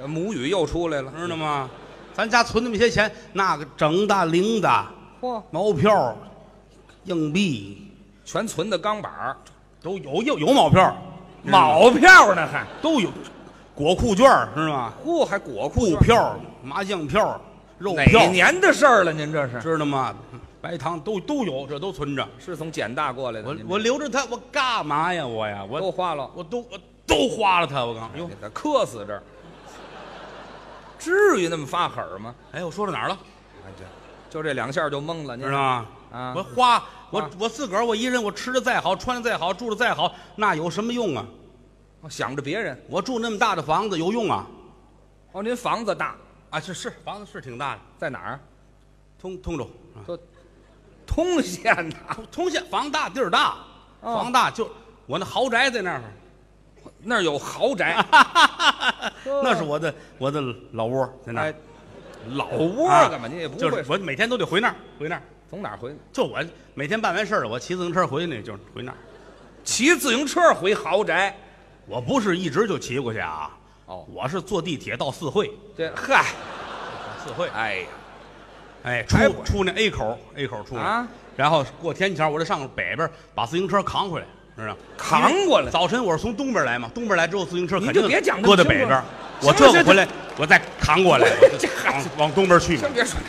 呃母语又出来了，
知道吗？咱家存那么些钱，那个整的零的
嚯，
毛票、硬币
全存的钢板儿
都有，有有毛票，知道吗
毛票呢还，
都有，裹裤券儿知道吗？
嚯，还裹
股
裤
票儿、麻将票儿、肉
哪
票儿，
年的事儿了？您这是
知道吗？白糖都都有，这都存着。
是从柬大过来的？
我
您这
我留着它，我干嘛呀？我呀，
都
我
花了，
我都哎我都花了它。我刚哟
给，他磕死这儿，至于那么发狠儿吗？
哎，我说到哪儿了？
就这两下就懵了，您
知道吗？
啊
我花我
花
我自个儿我一人，我吃的再好，穿的再好，住的再好，那有什么用啊？
我想着别人
我住那么大的房子有用啊？
哦，您房子大
啊，是是，房子是挺大的，
在哪儿？
通通州，啊
通县呐，
通通县房大地儿大，
哦
房大就我那豪宅在那儿。
那儿有豪宅，
那是我的我的老窝，在那儿、
哦哎，老窝
啊
干嘛？您也不
就是
会
我每天都得回那儿，回那儿。
从哪儿回？
就我每天办完事儿了，我骑自行车回去那就是回那儿。
骑自行车回豪宅。
我不是一直就骑过去啊，
哦，
我是坐地铁到四惠，
这嗨，
四惠，
哎呀，
哎，出
哎我
出那 A 口，A 口出来，
啊
然后过天桥，我得上北边把自行车扛回来，知道吗？
扛过来
早晨我是从东边来嘛，东边来之后自行车
你
肯
就
定
别讲那
搁
么
在
清楚
北边
了，
我
行
这
行
个回来我再扛过 来，我就往往东边去嘛
先。别说了，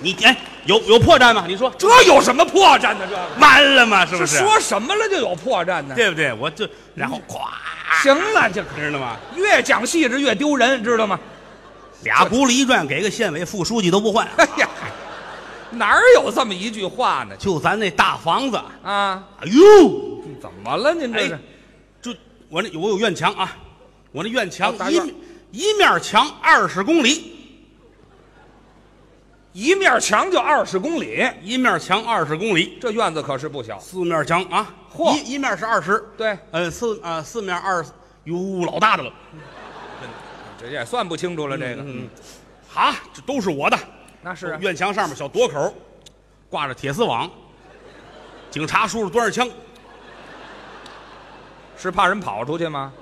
你哎，有有破绽吗？你说
这有什么破绽呢？这个
完了吗？是不
这
是？
说嗯什么了就有破绽呢？
对不对？我就然后咵，
行了，这
知道吗？
越讲细致越丢人，知道吗？
俩轱辘一转，给个县委副书记都不换。
哎呀，哪儿有这么一句话呢？
就咱那大房子，
啊，
哎呦，
怎么了？您这
哎
是、，
就我那我有院墙啊，我那院墙
哦大
一
院
一面墙二十公里，
一面墙就二十公里，
一面墙二十公里，
这院子可是不小。
四面墙啊，
嚯
一一面是二十，
对，
呃，四啊、四面二十，哟，老大的了，
这也算不清楚了，这个、
嗯，哈，这都是我的。
那是啊
院墙上面小垛口，挂着铁丝网，警察叔叔端着枪，
是怕人跑出去吗？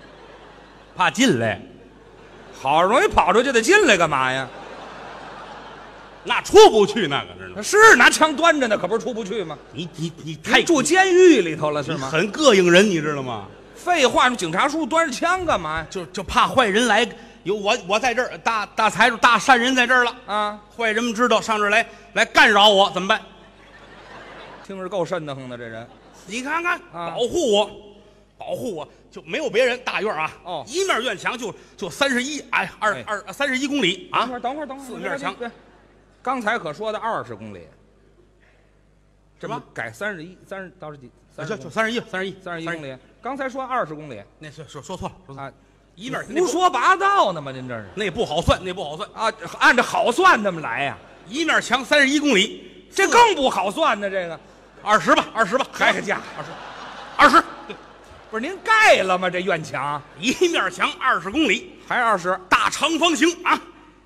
怕进来，
好容易跑出去的，进来干嘛呀？
那出不去那个知道吗？
是拿枪端着呢，可不是出不去吗？
你你你
还
太
哎
嗯
住监狱里头了
你
是吗？
很膈应人，你知道吗？
废话，警察叔端着枪干嘛呀？
就就怕坏人来，有我我在这儿，大大财主大善人在这儿了，
啊，
坏人们知道上这儿来来干扰我怎么办？
听着够瘆得慌的这人。
你看看，
啊
保护我，保护我，就没有别人。大院啊，
哦
一面院墙就就三十一，哎，二
哎
二三十一公里
等
啊
会，儿，等会儿，等会儿，
四面墙
别。别刚才可说的二十公里，这
什么
不改三十一，三十到是几？
啊
三
就
十
就三十一，三十一，
三十一
31
公。里。刚才说二十公里
那是说说错了，说错了，
啊，
一面那
胡说八道呢吗？您这是
那不好算，那不好算，
啊，按着好算这么来呀、
一面墙三十一公里，
这更不好算呢。这个
二十吧，二十吧，
哎呀
二十，二十，对，
不是您盖了吗？这院墙
一面墙二十公里，
还二十？
大长方形啊，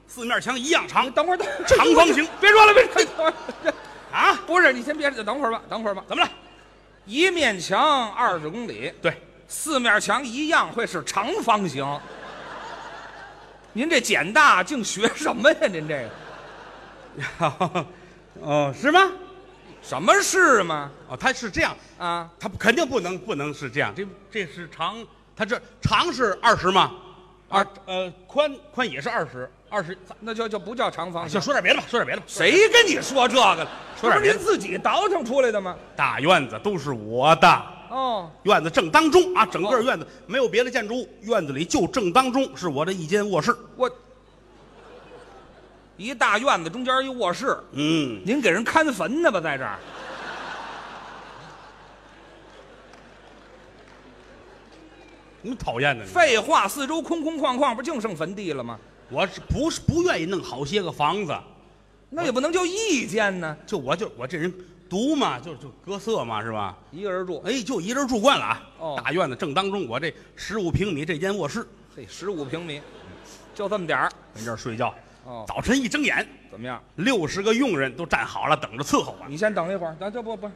四面墙一样长
等会儿，等会儿
长方 形
别说了，别说了等会儿。
啊，
不是，你先别，等会儿吧，等会儿吧。
怎么了？
一面墙二十公里，
对，
四面墙一样会是长方形。您这简大净学什么呀？您这个
哦，是吗？
什么是吗？
哦，他是这样，
啊，
他肯定不能不能是这样，这这是长，他这长是二十吗？
啊，
呃，宽宽也是二十，二十。
那就就不叫长方
行，
形。
说点别的吧，说点别的吧。
谁跟你说这个了？
说点
这不
别
是
的
您自己倒腾出来的吗？
大院子都是我的，
哦，
院子正当中啊，整
哦
个院子没有别的建筑物，院子里就正当中是我的一间卧室。
我一大院子中间一卧室，
嗯，
您给人看坟呢吧？在这儿，
你讨厌的你。
废话，四周空空旷旷，不净剩坟地了吗？
我是不是不愿意弄好些个房子？
那也不能叫一间呢，
就我就我这人独嘛，就就隔色嘛，是吧？
一个人住。
哎，就一人住惯了啊。
哦
大院子正当中，我这十五平米这间卧室，
嘿，十五平米，就这么点儿。
跟这儿睡觉。
哦，
早晨一睁眼，
怎么样？
六十个佣人都站好了，等着伺候我。
你先等一会儿，咱这不不，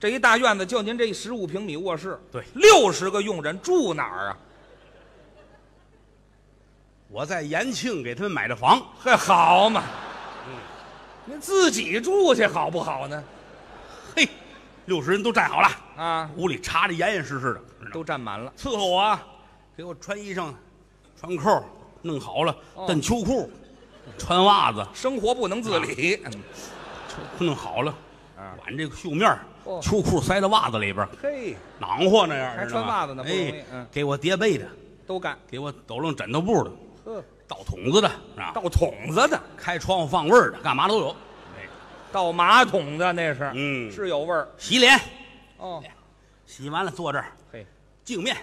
这一大院子就您这十五平米卧室，
对
六十个佣人住哪儿啊？
我在延庆给他们买的房，
嘿，好嘛，嗯您自己住去好不好呢？
嘿，六十人都站好了，
啊，
屋里查的严严实实的，知道吗
都占满了。
伺候我啊，给我穿衣裳，穿扣弄好了，
哦
蹬秋裤，穿袜子
生活不能自理，嗯
弄好了，
啊
挽这个袖面儿
哦，
秋裤塞到袜子里边儿，
嘿，
暖和那样儿，
还
知道
穿
吗
袜子呢不容易
哎
嗯，
给我叠被的，
都干。
给我抖楞枕头布的，
呵，
倒筒子的，啊，
倒桶子的，
开窗户放味儿的，干嘛都有。哎
倒马桶的那是，
嗯
是有味儿。
洗脸，
哦，
洗完了坐这儿，
嘿，
镜面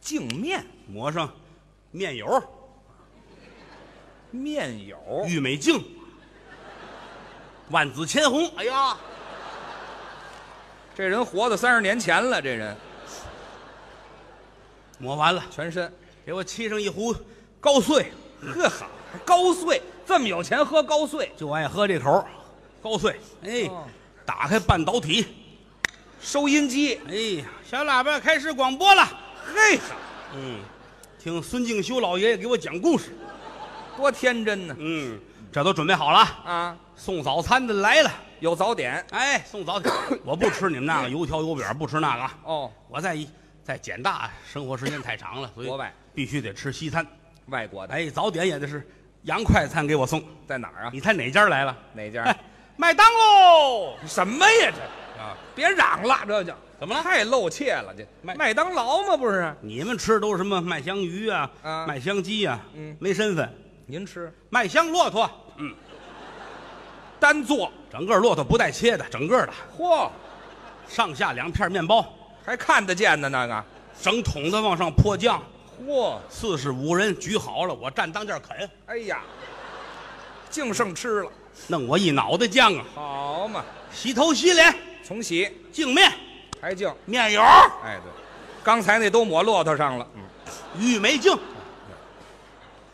镜面
抹上面油、
面友，
玉美净、万紫千红。哎呀，
这人活到三十年前了，这人
抹完了，
全身。
给我沏上一壶高碎，
呵好，还高碎，这么有钱喝高碎，
就爱喝这口儿高碎。哎
哦，
打开半导体，
收音机，
哎呀，小喇叭开始广播了。
嘿好，
嗯，听孙敬修老爷爷给我讲故事。
多天真呢
嗯，这都准备好了，
啊！
送早餐的来了。
有早点
哎，送 早餐，我不吃你们那个油条油饼，不吃那个啊。
哦，
我在一在简大生活时间太长了，所以
国外
必须得吃西餐。
外国的
哎，早点也得是洋快餐给我送。
在哪儿啊？
你猜哪家来了？
哪家？
哎，麦当劳。
什么呀这啊！别嚷了，这就怎么了？太露怯了，这
麦
麦当劳嘛不是？
你们吃都是什么麦香鱼啊，
啊
麦香鸡啊，
嗯
没身份。
您吃
麦香骆驼，
单做，
整个骆驼不带切的，整个的，
嚯，
上下两片面包，
还看得见的那个，
整桶的往上泼酱，
嚯，
四十五人举好了，我站当间啃，
哎呀，净剩吃了，
弄我一脑袋酱啊！
好嘛，
洗头洗脸，
重洗
净面
还净，
面油，
哎对，刚才那都抹骆驼上了。
玉梅净，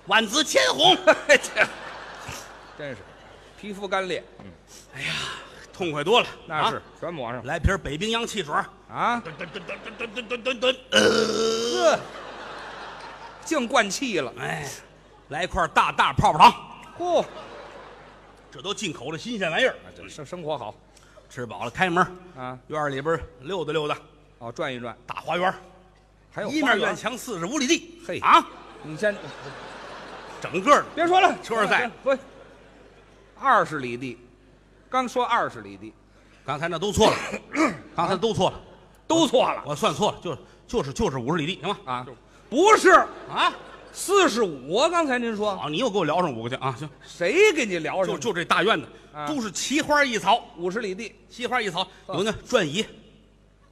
万紫千红，
这 真是皮肤干裂，
痛快多了。
那是、
啊
全抹上了
来瓶北冰洋汽水，
啊。
吨吨吨吨吨吨吨吨吨吨，呃
呵，净灌气了。
哎，来一块大大泡泡糖，
嚯、
这都进口的新鲜玩意儿。
这生生活好
吃饱了，开门
啊！
院儿里边溜达溜达，
哦，转一转，
大花园，
还有
一
花
面院
园。
墙四十五里地。
哎嘿
啊，
你先
整个的
别说了，
说说赛
不，二十里地，刚说二十里地，
刚才那都错了，刚才都错了，
都错了
我算错了，就是就是就是五十里地，行吗？
啊！不是
啊，
四十五啊，刚才您说
好，你又给我聊上五个去啊！行，
谁给你聊上
就
了？
就这大院子
啊哦
都是奇花异草，
五十里地，
奇花异草有那转椅，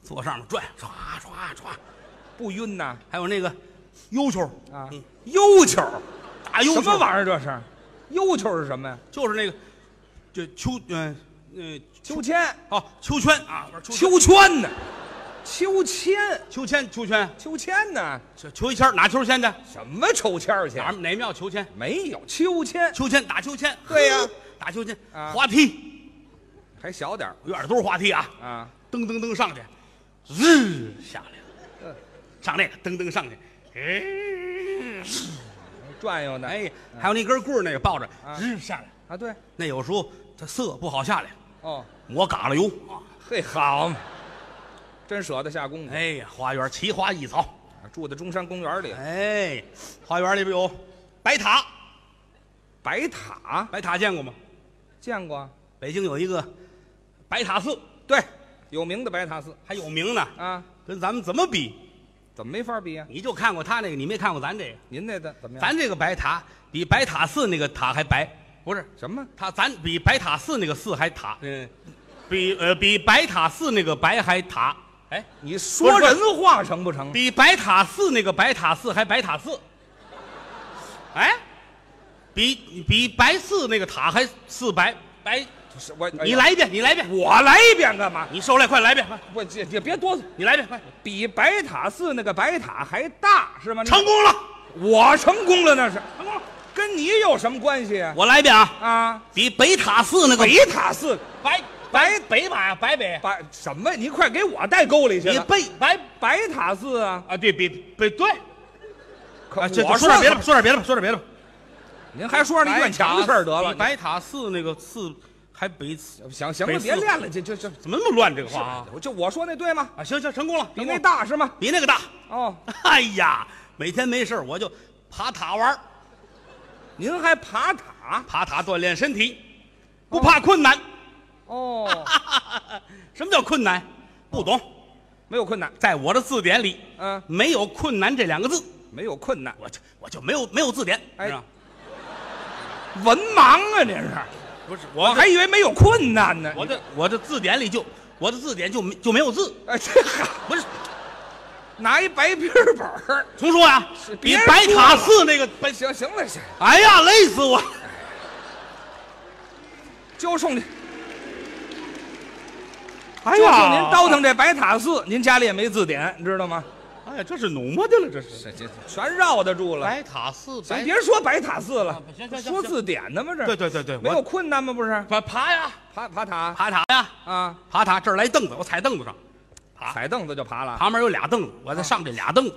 坐上面转，唰唰唰，
不晕呐
还有那个悠球
啊
嗯！
悠球儿，
打悠球
什么玩意儿这是？悠球是什么呀？
就是那个，这秋嗯嗯
秋千，
哦秋圈啊，玩秋圈
秋圈呢？秋千，
秋千秋圈，
秋千呢？
这秋一千哪秋千去？
什么抽签儿去？
哪哪庙秋千？
没有秋千，
秋千打秋千，
对呀
呵打秋千
啊，
滑梯
还小点儿
院里都是滑梯啊，
啊！
噔噔噔上去，日下来了，上那个噔噔上去，哎
转悠呢，
哎，嗯还有那根棍儿那个抱着，日下来，
啊对，
那有时候它色不好下来，
哦，
抹嘎了油啊，
嘿好嘛，真舍得下功夫。
哎呀，花园奇花异草，
住在中山公园里，
哎，花园里边有白塔，
白塔
白塔见过吗？
见过啊，
北京有一个白塔寺，
对，有名的白塔寺
还有名呢，
啊，
跟咱们怎么比？
怎么没法比啊？
你就看过他那个，你没看过咱这个。
您那的怎么样？
咱这个白塔比白塔寺那个塔还白，不是
什么？
它咱比白塔寺那个寺还塔，嗯，比呃比白塔寺那个白还塔，哎，
你说人话成不成？
比白塔寺那个白塔寺还白塔寺，哎，比比白寺那个塔还四白白，
是我
你，来一遍，你来一
哎
遍，
呀我来一遍干嘛？
你受累，快来一遍，快
我这也别多，
你来一遍，快，
比白塔寺那个白塔还大是吗？
成功了，
我成功了那是，
成功了，
跟你有什么关系啊？
我来一遍啊，
啊，
比北塔寺那个
北塔寺
白白北马呀，白北，
白什么？你快给我带沟里去
你
了！
北白。
白塔寺啊，
啊，对，比比对，
可
啊，这
我
说
说
点别的吧，，说点别的吧，说点别的吧。
您还说那
白
院墙的事儿得了
比。白塔寺那个寺还北寺，
你行行
北
了，
寺
别练了，这这这
怎么那么乱这个话
哇
啊？！
我就我说那对吗？
啊，行行，成功了，
比
成
那
功了
大是吗？
比那个大。
哦，
哎呀，每天没事儿我就爬塔玩儿，
您还爬塔？
爬塔锻炼身体，不怕困难。
哦，
什么叫困难？不懂，
没有困难，
在我的字典里，
嗯，
没有困难这两个字，
没有困难。
我就我就没有没有字典，
哎
知道吗
文盲啊，您是？
不是
我
我
还以为没有困难呢。
我这我这字典里就我的字典就没就没有字，
哎，这哈，
不是。
拿一白皮儿本儿。
重说呀、
是
比
别说
白塔寺那个白，
行行了，行，
哎呀，累死我！
就冲你，
哎
就冲您倒腾这白塔寺，您家里也没字典，你知道吗？
哎呀，这是弄么的了，这是
这这全绕得住了。
白塔寺，
行，
白
别说白塔寺了
啊行行，行
说字典呢吗？这
对对对对，
没有
我
困难吗？不是
爬爬呀，
爬爬塔
爬塔呀，
啊，
爬塔，这儿来凳子，我踩凳子上，爬
踩凳子就爬了。
旁边有俩凳子，我再上这俩凳子，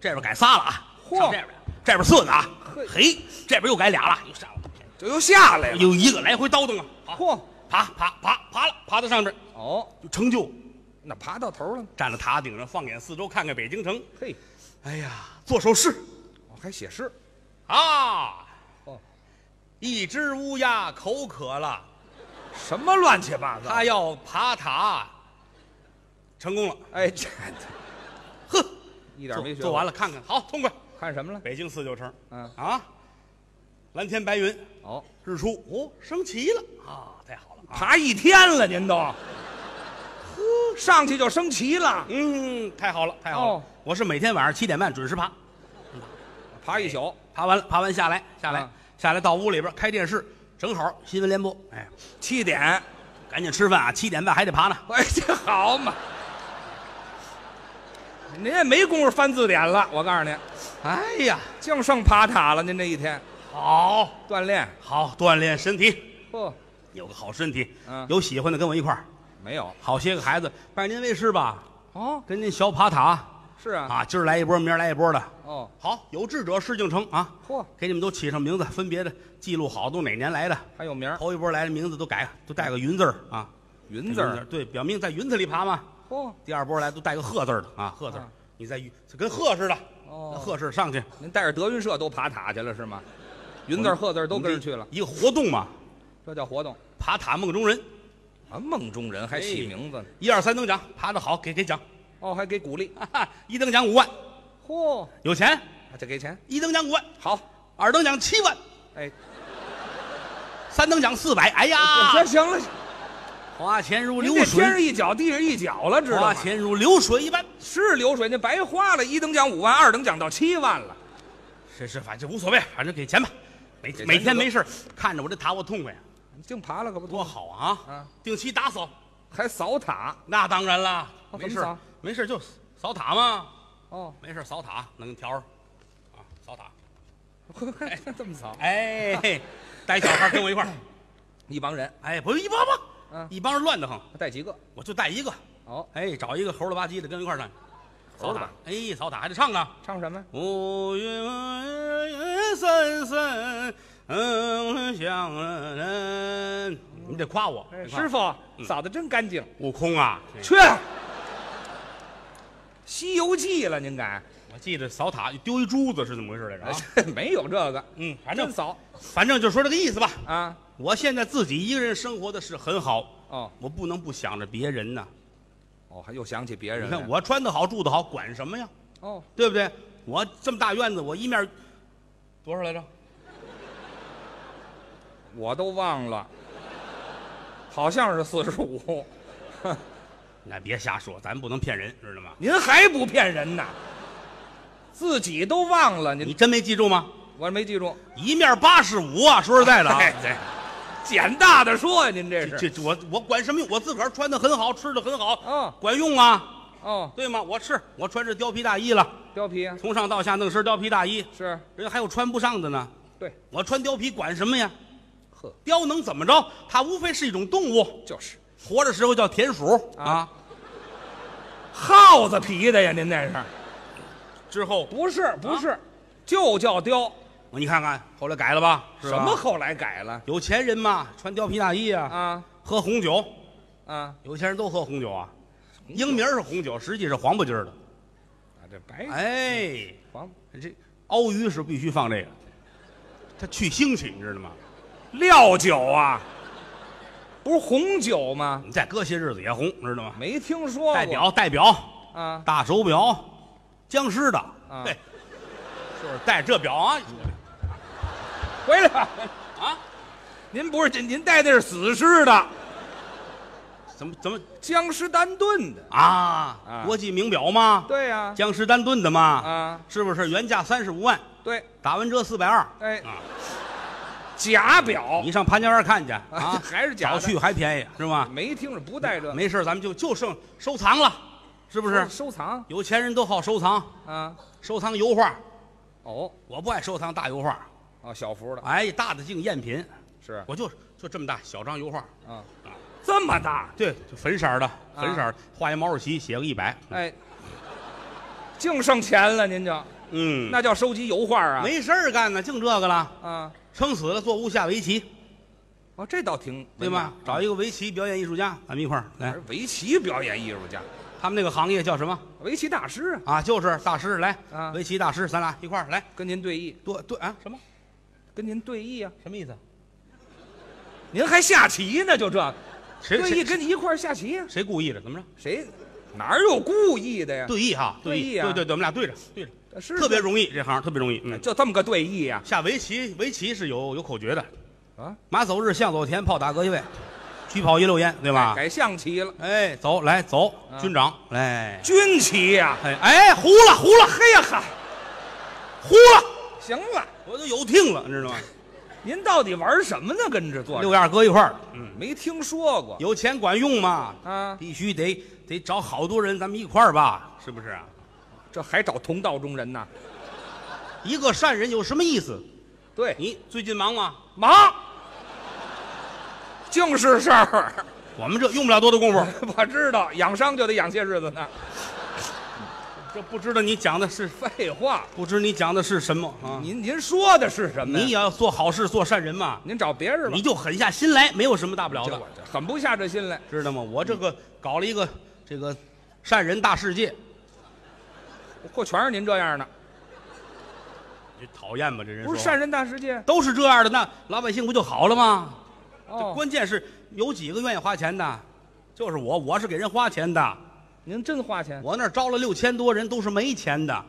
这边改仨了啊，
嚯
上这边，这边四个啊，
嘿
嘿，这边又改俩了，又上了，
这又下来了。
又一个来回叨腾啊，爬
嚯，
爬爬爬爬了，爬到上边
哦，
有成就，
那爬到头了。
站在塔顶上，放眼四周，看看北京城，
嘿，
哎呀，做首诗。
我还写诗。
啊
哦，啊
一只乌鸦口渴了，
什么乱七八糟？
它要爬塔，成功了。
哎，这
呵，
一点没学
做做完
了，
了，看看，好，痛快。
看什么了？
北京四九城，
嗯
啊，蓝天白云，
哦，
日出，哦，升旗了啊，太好了啊，
爬一天了，您都，呵，上去就升旗了，
嗯，太好了，太好了。
哦
我是每天晚上七点半准时爬，
爬一宿。
爬完了，爬完下来，下来，
啊
下来到屋里边开电视，正好新闻联播，哎，
七点，哎，
赶紧吃饭啊，七点半还得爬呢。
这好嘛，您也没工夫翻字典了，我告诉您，
哎呀，
净剩爬塔了。您这一天
好
锻炼，
好锻炼身体。
不，
有个好身体，
嗯
有喜欢的跟我一块儿，
没有
好些个孩子拜您为师吧，
哦，
跟您学爬塔，
是啊，
啊，今儿来一波，明儿来一波的。
哦，
好，有志者事竟成啊！
嚯，
给你们都起上名字，分别的记录好，都哪年来的。
还有名儿，
头一波来的名字都改，都带个云字儿啊，
啊云字儿，
对，表明在云字里爬嘛。
嚯，
第二波来都带个鹤字儿的啊，鹤字儿
啊，
你在云跟鹤似的，
哦
鹤似的上去，
您带着德云社都爬塔去了是吗？云字儿、鹤字儿都跟着去了，
一个活动嘛，
这叫活动
爬塔梦中人，
啊！梦中人还起
哎
名字呢，
一二三等奖，爬得好给给奖，
哦，还给鼓励，
哈哈，一等奖五万，
嚯，
有钱，
这给钱，
一等奖五万，
好，
二等奖七万，
哎，
三等奖四百，哎
行
呀，
行了，
花钱如
您
流
这天上
水，
一脚地上一脚了，知道
花
吗？
钱如流水一般，
是流水，那白花了，一等奖五万，二等奖到七万了，
是是，反正无所谓，反正给钱吧，每
给钱
每天
就得
没事儿看着我这塔我痛快，
净爬了可不
多
多，
好啊
啊，
定期打扫，
还扫塔
那当然啦，
哦
没
怎么
事儿
扫
没事儿就扫塔嘛。
哦，
没事，扫塔弄条儿，啊，扫塔。
还这么扫，
哎，嘿带小孩儿跟我一块儿。
一帮人
哎，不是一帮帮
嗯，
一帮人乱得很，
带几个，
我就带一个。
哦，
哎，找一个猴了吧唧的跟我一块儿站。
猴
扫
了
塔
吧，
哎，扫塔还得唱啊。
唱什么？
五云深深，嗯，响人。你嗯得夸我，
哎
得夸
师傅扫的真干净，
悟空啊！
去。西游记了，您敢？
我记得扫塔丢一珠子是怎么回事来着啊？
没有这个，
嗯，反
真
正
扫
反正就说这个意思吧。
啊！
我现在自己一个人生活的是很好，
哦
我不能不想着别人呐。
哦，还又想起别人
你
来
看我穿得好，住得好，管什么呀？
哦，
对不对？我这么大院子，我一面多少来着？
我都忘了，好像是四十五。
那别瞎说，咱不能骗人，知道吗？
您还不骗人呐？自己都忘了
你
您，
真没记住吗？
我没记住。
一面八十五啊！说实在的 啊，
哎对捡大的说呀，您这
这
是
这我我管什么用？我自个儿穿的很好，吃的很好，
哦
管用啊，
哦，
对吗？我是我穿着貂皮大衣了，
貂皮啊，
从上到下弄身貂皮大衣，
是
人还有穿不上的呢。
对，
我穿貂皮管什么呀？
呵，
貂能怎么着？它无非是一种动物，
就是
活的时候叫田鼠
啊
啊，
耗子皮的呀，您那是啊
之后
不是不是，就叫貂，
你看看，后来改了吧？
什
是吧
么后来改了
有钱人嘛，穿貂皮大衣啊，
啊
喝红酒，
啊？
有钱人都喝红酒啊。英名是红酒，实际是黄不筋儿的。
啊这白
哎，
黄
这熬鱼是必须放这个，它去腥气，你知道吗？
料酒啊，不是红酒吗？
你再搁些日子也红，知道吗？
没听说过
代表代表
啊，
大手表，僵尸的，嘿，就是戴这表啊
回来吧。
啊！
您不是您您带的是死尸的，
怎么怎么
僵尸丹顿的。
啊？国际名表嘛，
对呀、
江诗丹顿的嘛，
啊，
啊，是不是原价三十五万，
对，
打完折四百二？
哎，
啊
假表
你上潘家园看去
哦啊，
啊，
还是假
早
的。
去还便宜是吧？
没听着，不带这，
没事儿，咱们就就剩收藏了，是不是？
收藏
有钱人都好收藏，
啊？
收藏油画，
哦
我不爱收藏大油画，
啊，小幅的
哎，大的净赝品，
是
我就就这么大小张油画，
啊，这么大，
对，就粉色儿的，粉色儿的，画一毛主席，写个一百，
哎，净剩钱了，您就
嗯嗯，
那叫收集油画啊？
没事儿干呢，净这个了，
啊，
撑死了坐屋下围棋，
哦，这倒挺啊
对吧？找一个围棋表演艺术家，咱们一块儿来
还是，围棋表演艺术家，
他们那个行业叫什么
围棋大师啊，
啊？就是大师来
啊，
围棋大师，咱俩一块儿来，
跟您对弈，
多多啊，什么
跟您对弈啊，
什么意思？
您还下棋呢，就这
谁
对弈
谁
跟你一块儿下棋呀、啊
谁故意的？怎么着？
谁哪有故意的呀？
对弈哈，
对弈
弈，
啊
对对对，我们俩对着对着，
是
特别容易，这行特别容易。嗯，
就这么个对弈呀、
下围棋，围棋是有有口诀的
啊。
马走日，象走田，炮打隔一位，车跑一溜烟，对吧？
啊改象棋了，
哎，走来走，
啊
军长来，
军棋呀、
哎哎，糊了糊了
嘿呀哈，
糊了，
行了，
我都有听了，你知道吗？
您到底玩什么呢？跟这坐着
六样搁一块儿，嗯，
没听说过
有钱管用嘛，
啊？
必须得得找好多人，咱们一块儿吧，是不是啊？
这还找同道中人呢？
一个善人有什么意思？
对，
你最近忙吗？
忙，净是事儿。
我们这用不了多大功夫，
我知道，养伤就得养些日子呢。
这不知道你讲的是，
废话，
不知你讲的是什么啊？
您您说的是什么呀？
你也要做好事做善人嘛，
您找别人吧。
你就狠下心来，没有什么大不了
这嗯
的
我，这狠不下这心来。
知道吗？我这个搞了一个这个善人大世界，
过全是您这样的，
你讨厌吗？这人
不是
说
善人大世界
都是这样的，那老百姓不就好了吗？这
哦。
关键是有几个愿意花钱的，就是我，我是给人花钱的。
您真花钱，
我那儿招了六千多人，都是没钱的，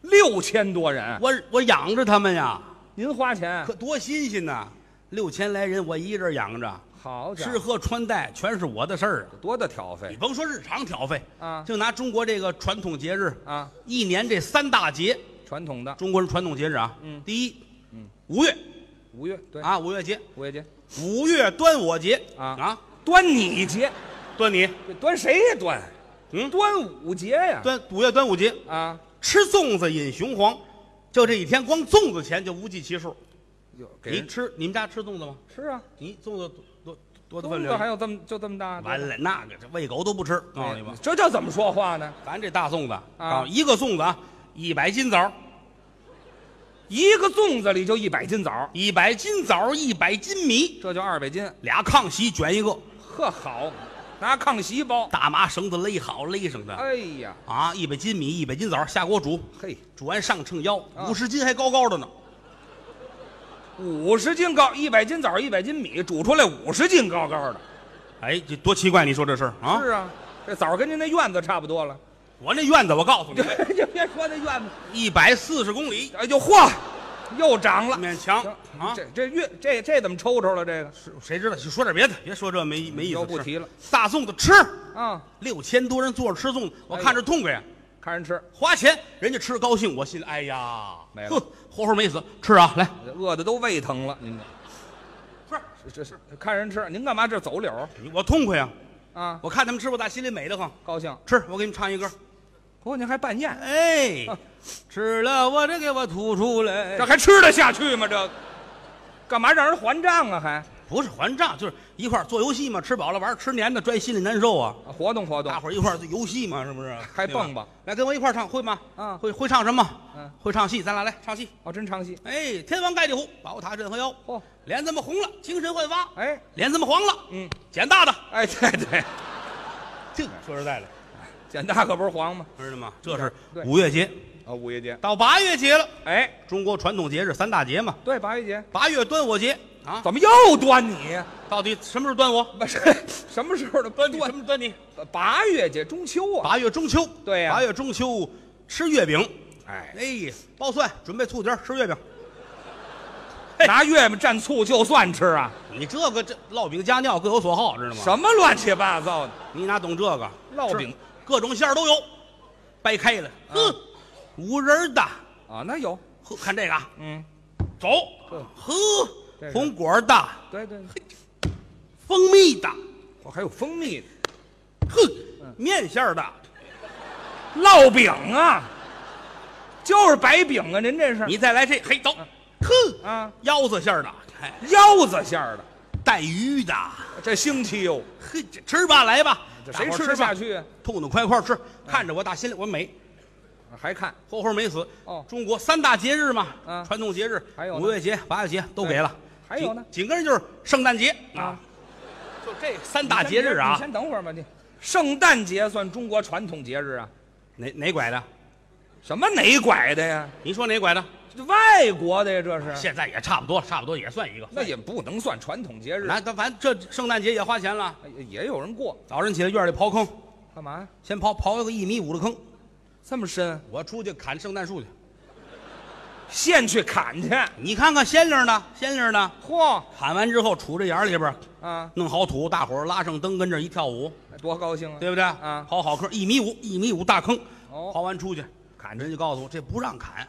六千多人，
我我养着他们呀，
您花钱，
可多新鲜呐！六千来人，我一人养着，
好家
吃
伙，
喝穿戴全是我的事儿啊！
多大挑
你
费
甭说日常挑费，
啊
就拿中国这个传统节日，
啊！
一年这三大节，
传统的
中国人传统节日啊，
嗯
第一，五月
五月对
啊，五月节，
五月节
五月端我节
啊
啊，
端你节，
端你，
这端谁呀端？
嗯
端午节呀
端五月端午节，
啊！
吃粽子饮雄黄，就这一天，光粽子钱就无计其数。
有给
你
人
吃，你们家吃粽子吗？
吃啊，
你粽子多多多的
粽
分
子还
量。
有这么就这么大？哦
完了，那个这喂狗都不吃，
对
告诉你吧，
这叫怎么说话呢？
咱这大粽子啊，一个粽子啊，一百斤枣，
一个粽子里就一百斤枣，
一百斤枣，一百斤米，
这就二百斤，
俩炕席卷一个，
呵好，拿炕席包。
大麻绳子勒好勒上的
哎呀，
啊，一百斤米，一百斤枣，下锅煮，
嘿，
煮完上秤腰，
啊
五十斤还高高的呢，
五十斤高，一百斤枣，一百斤米，煮出来五十斤高高的。
哎，这多奇怪！你说这事儿啊？
是啊，这枣跟您那院子差不多 了。哎
我那院子，我告诉你，
就别说那院子，
一百四十公里，
哎呦嚯， 又涨了。
勉强
行
啊。
这这越这这怎么抽抽了？这个
是谁知道？就说点别的，别说这没没意思。
都不提了
是，大粽子吃，
啊，
六千多人坐着吃粽子，我
哎呦
看着痛快呀。
看人吃，
花钱，人家吃高兴，我心里哎呀，
没了
哼，活活没死，吃啊，来，
饿的都胃疼了。您
不是
这这是看人吃，您干嘛这走柳
你我痛快呀，
啊？
我看他们吃，我打心里美得慌。
高兴，
吃，我给你们唱一歌。
不过您还办宴，
哎，吃了我这给我吐出来
这，还吃得下去吗？这个干嘛让人还账啊？还
不是还账，就是一块儿做游戏嘛，吃饱了玩儿，吃黏的，拽心里难受啊。
啊活动活动
大，伙儿一块儿做游戏嘛，是不是？
还蹦吧
对？来跟我一块儿唱，会吗？
啊
会会唱什么？
嗯，
会唱戏，咱俩来唱戏。
哦，真唱戏，
哎，天王盖地虎，宝塔镇河妖，
嚯，
脸这么红了，精神焕发；
哎
脸这么黄了，
嗯，
捡大的。
哎，对对，
这说实在的，
简大可不是黄吗？
知道吗？这是
对
五月节
啊，五月节，
到八月节了，
哎，
中国传统节日三大节嘛。
对，八月节，
八月端午节啊，
怎么又端你？
到底什么时候端午？
不是什么时候的端
什么端你？
八月节，中秋啊，
八月中秋，
对呀
八月中秋吃月饼，
哎，
哎，包蒜，准备醋碟儿吃月饼。
拿月饼蘸醋就算吃啊？
你这个这烙饼加尿各有所好，知道吗？
什么乱七八糟的？
你哪懂这个？
烙
吃
饼嗯
各种馅儿都有，掰开了，哼，五仁儿的，
啊，那有，
呵，看这个啊，
嗯，
走
这，嗯这
呵，
是
红果儿的，
对对，对
蜂蜜的，
我还有蜂蜜的嗯
哼，面馅儿的，
烙饼啊，就是白饼啊，您这是嗯
你再来这，嘿，走，哼，
啊，
腰子馅儿的，哎，
腰子馅儿的，
带鱼的，
这腥气哟，
嘿，这吃吧，来吧，
这
大伙
谁
儿
吃
吃
得下
吧？
去啊？
痛痛快快吃，看着我打心里我美，
还看
活活没死。
哦
中国三大节日嘛，
嗯
传统节日，
还有呢
五月节、八月节都给了，
还有呢
紧，紧跟着就是圣诞节
啊
啊，，就这三大节日啊
你，先等会儿吧，你圣诞节算中国传统节日啊？
哪哪拐的？
什么哪拐的呀？
您说哪拐的？
这外国的呀，这是。
现在也差不多，差不多也算一个。
那也不能算传统节日，
那咱反正这圣诞节也花钱了，
哎也有人过，
早晨起来院里刨坑，
干嘛呀？
先刨刨个一米五的坑，
这么深？
我出去砍圣诞树去。
现去砍去？
你看看鲜灵呢，鲜灵呢，
嚯
砍完之后杵这眼儿里边儿，
啊，
弄好土，大伙儿拉上灯跟这儿一跳舞，
多高兴啊！
对不对？
啊
刨好坑，一米五，一米五大坑，
哦
刨完出去，砍人就告诉我这不让砍，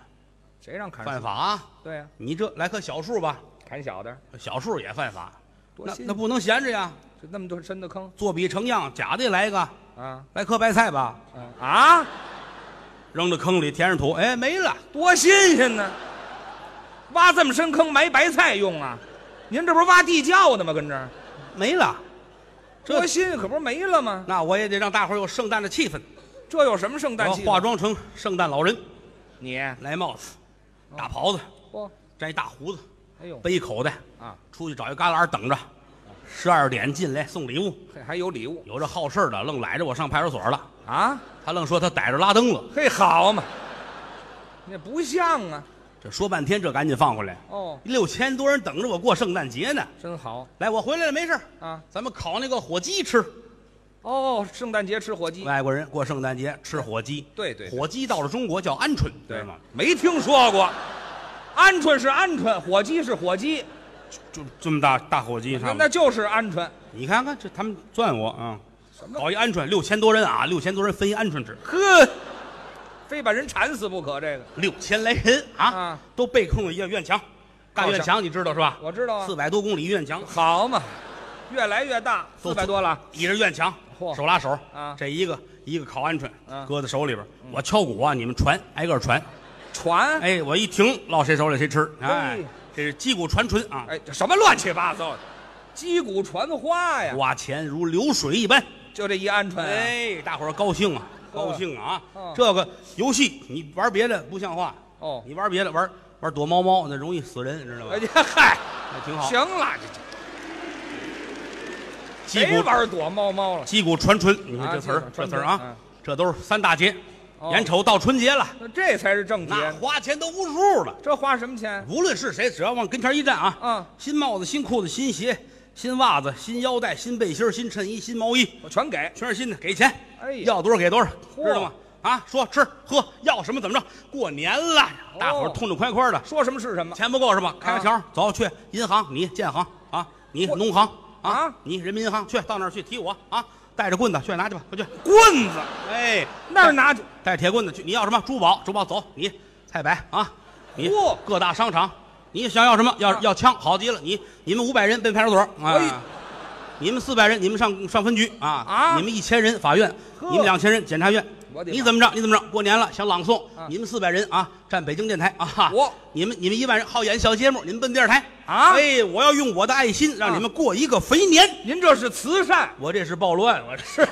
谁让砍？
犯。法啊！
对呀、
你这来棵小树吧，
砍小的，
小树也犯法，
多
那
新
那不能闲着呀，
这那么多深的坑
做笔成样，假的也来一个，
啊
来棵白菜吧，
啊啊！
扔到坑里填上土，哎，没了。
多新鲜呢！挖这么深坑埋白菜用啊？您这不是挖地窖呢吗？跟这儿
没了。这
多新，可不是没了吗？
那我也得让大伙儿有圣诞的气氛，
这有什么圣
我
诞
要
气氛？
化妆成圣诞老人，
你
来帽子，
哦
大袍子，
嚯，
摘大胡子，
哎呦
背一口袋，
啊，
出去找一旮旯等着，十二点进来送礼物。
嘿还有礼物
有这好事儿的，愣逮着我上派出所了，
啊？
他愣说他逮着拉登了。
嘿，好嘛，那不像啊。
这说半天，这赶紧放回来。
哦，
六千多人等着我过圣诞节呢。
真好
来，我回来了，没事儿
啊。
咱们烤那个火鸡吃。
哦，圣诞节吃火鸡，
外国人过圣诞节吃火鸡，
对对对
火鸡到了中国叫鹌鹑，知道吗？
没听说过。鹌鹑是鹌鹑，火鸡是火鸡，
就这么大大火鸡
那
上，
那就是鹌鹑。
你看看这他们钻我啊！
什么
搞一鹌鹑，六千多人啊，六千多人分一鹌鹑吃，
呵，非把人馋死不可。这个
六千来人啊，
啊
都背空了院院墙，大
靠
院
墙
墙你知道是吧？
我知道啊
四。百多公里院墙，
好嘛，越来越大，
都
四百多了。
一人院墙，
嚯
手拉手
啊
这一个一个烤鹌鹑
啊
搁在手里边，我敲鼓啊，你们传，挨个传，
船，
哎，我一停落谁手里谁吃，哎
嘿，
这是击鼓传唇啊，
嗯哎，这什么乱七八糟的，击鼓传花呀，
花钱如流水一般，
就这一鹌鹑、啊。
哎，大伙儿高兴啊，
呵
高兴啊
嗯
这个游戏你玩别的不像话，
哦，
你玩别的玩玩躲猫猫那容易死人，知道吧
哎？呀，嗨，
那挺好
行，了，这这
击
谁
鼓
玩躲猫猫了？
击鼓传唇，你看
啊
这词儿
击鼓，
这
传
词
唇
儿啊
嗯，
这都是三大节，
哦
眼瞅到春节了，
那这才是正节
那
呢，
花钱都无数了。
这花什么钱？
无论是谁，只要往跟前一站啊，
嗯
新帽子、新裤子、新鞋、新袜子、新腰带、新背心、新衬衣、新毛衣，
我全给。
全是新的，给钱，
哎呀
要多少给多少，
嚯
知道吗？啊，说吃喝要什么怎么着？过年了，
哦
大伙儿痛痛快快的，
说什么是什么
钱不够是吧？开个条儿，走去银行，你建行啊，你
啊嚯
农行啊
啊，
你人民银行去，到那儿去提我啊，带着棍子去拿去吧，快去！
棍子，
哎，
那儿拿去，
带着铁棍子去，你要什么？珠宝，珠宝走，你菜百啊，你
嚯
各大商场，你想要什么？要
啊
要枪，好极了，你你们五百人奔派出所
哎
啊，你们四百人你们上上分局啊
啊
你们一千人法院，
呵
你们两千人检察院
我，的妈
你怎么着？你怎么着？过年了想朗诵
啊，
你们四百人啊站北京电台啊，哈
我
你们你们一万人好演小节目，你们奔电视台
啊
哎，我要用我的爱心让
啊
你们过一个肥年，
您这是慈善，
我这是暴乱，我这是。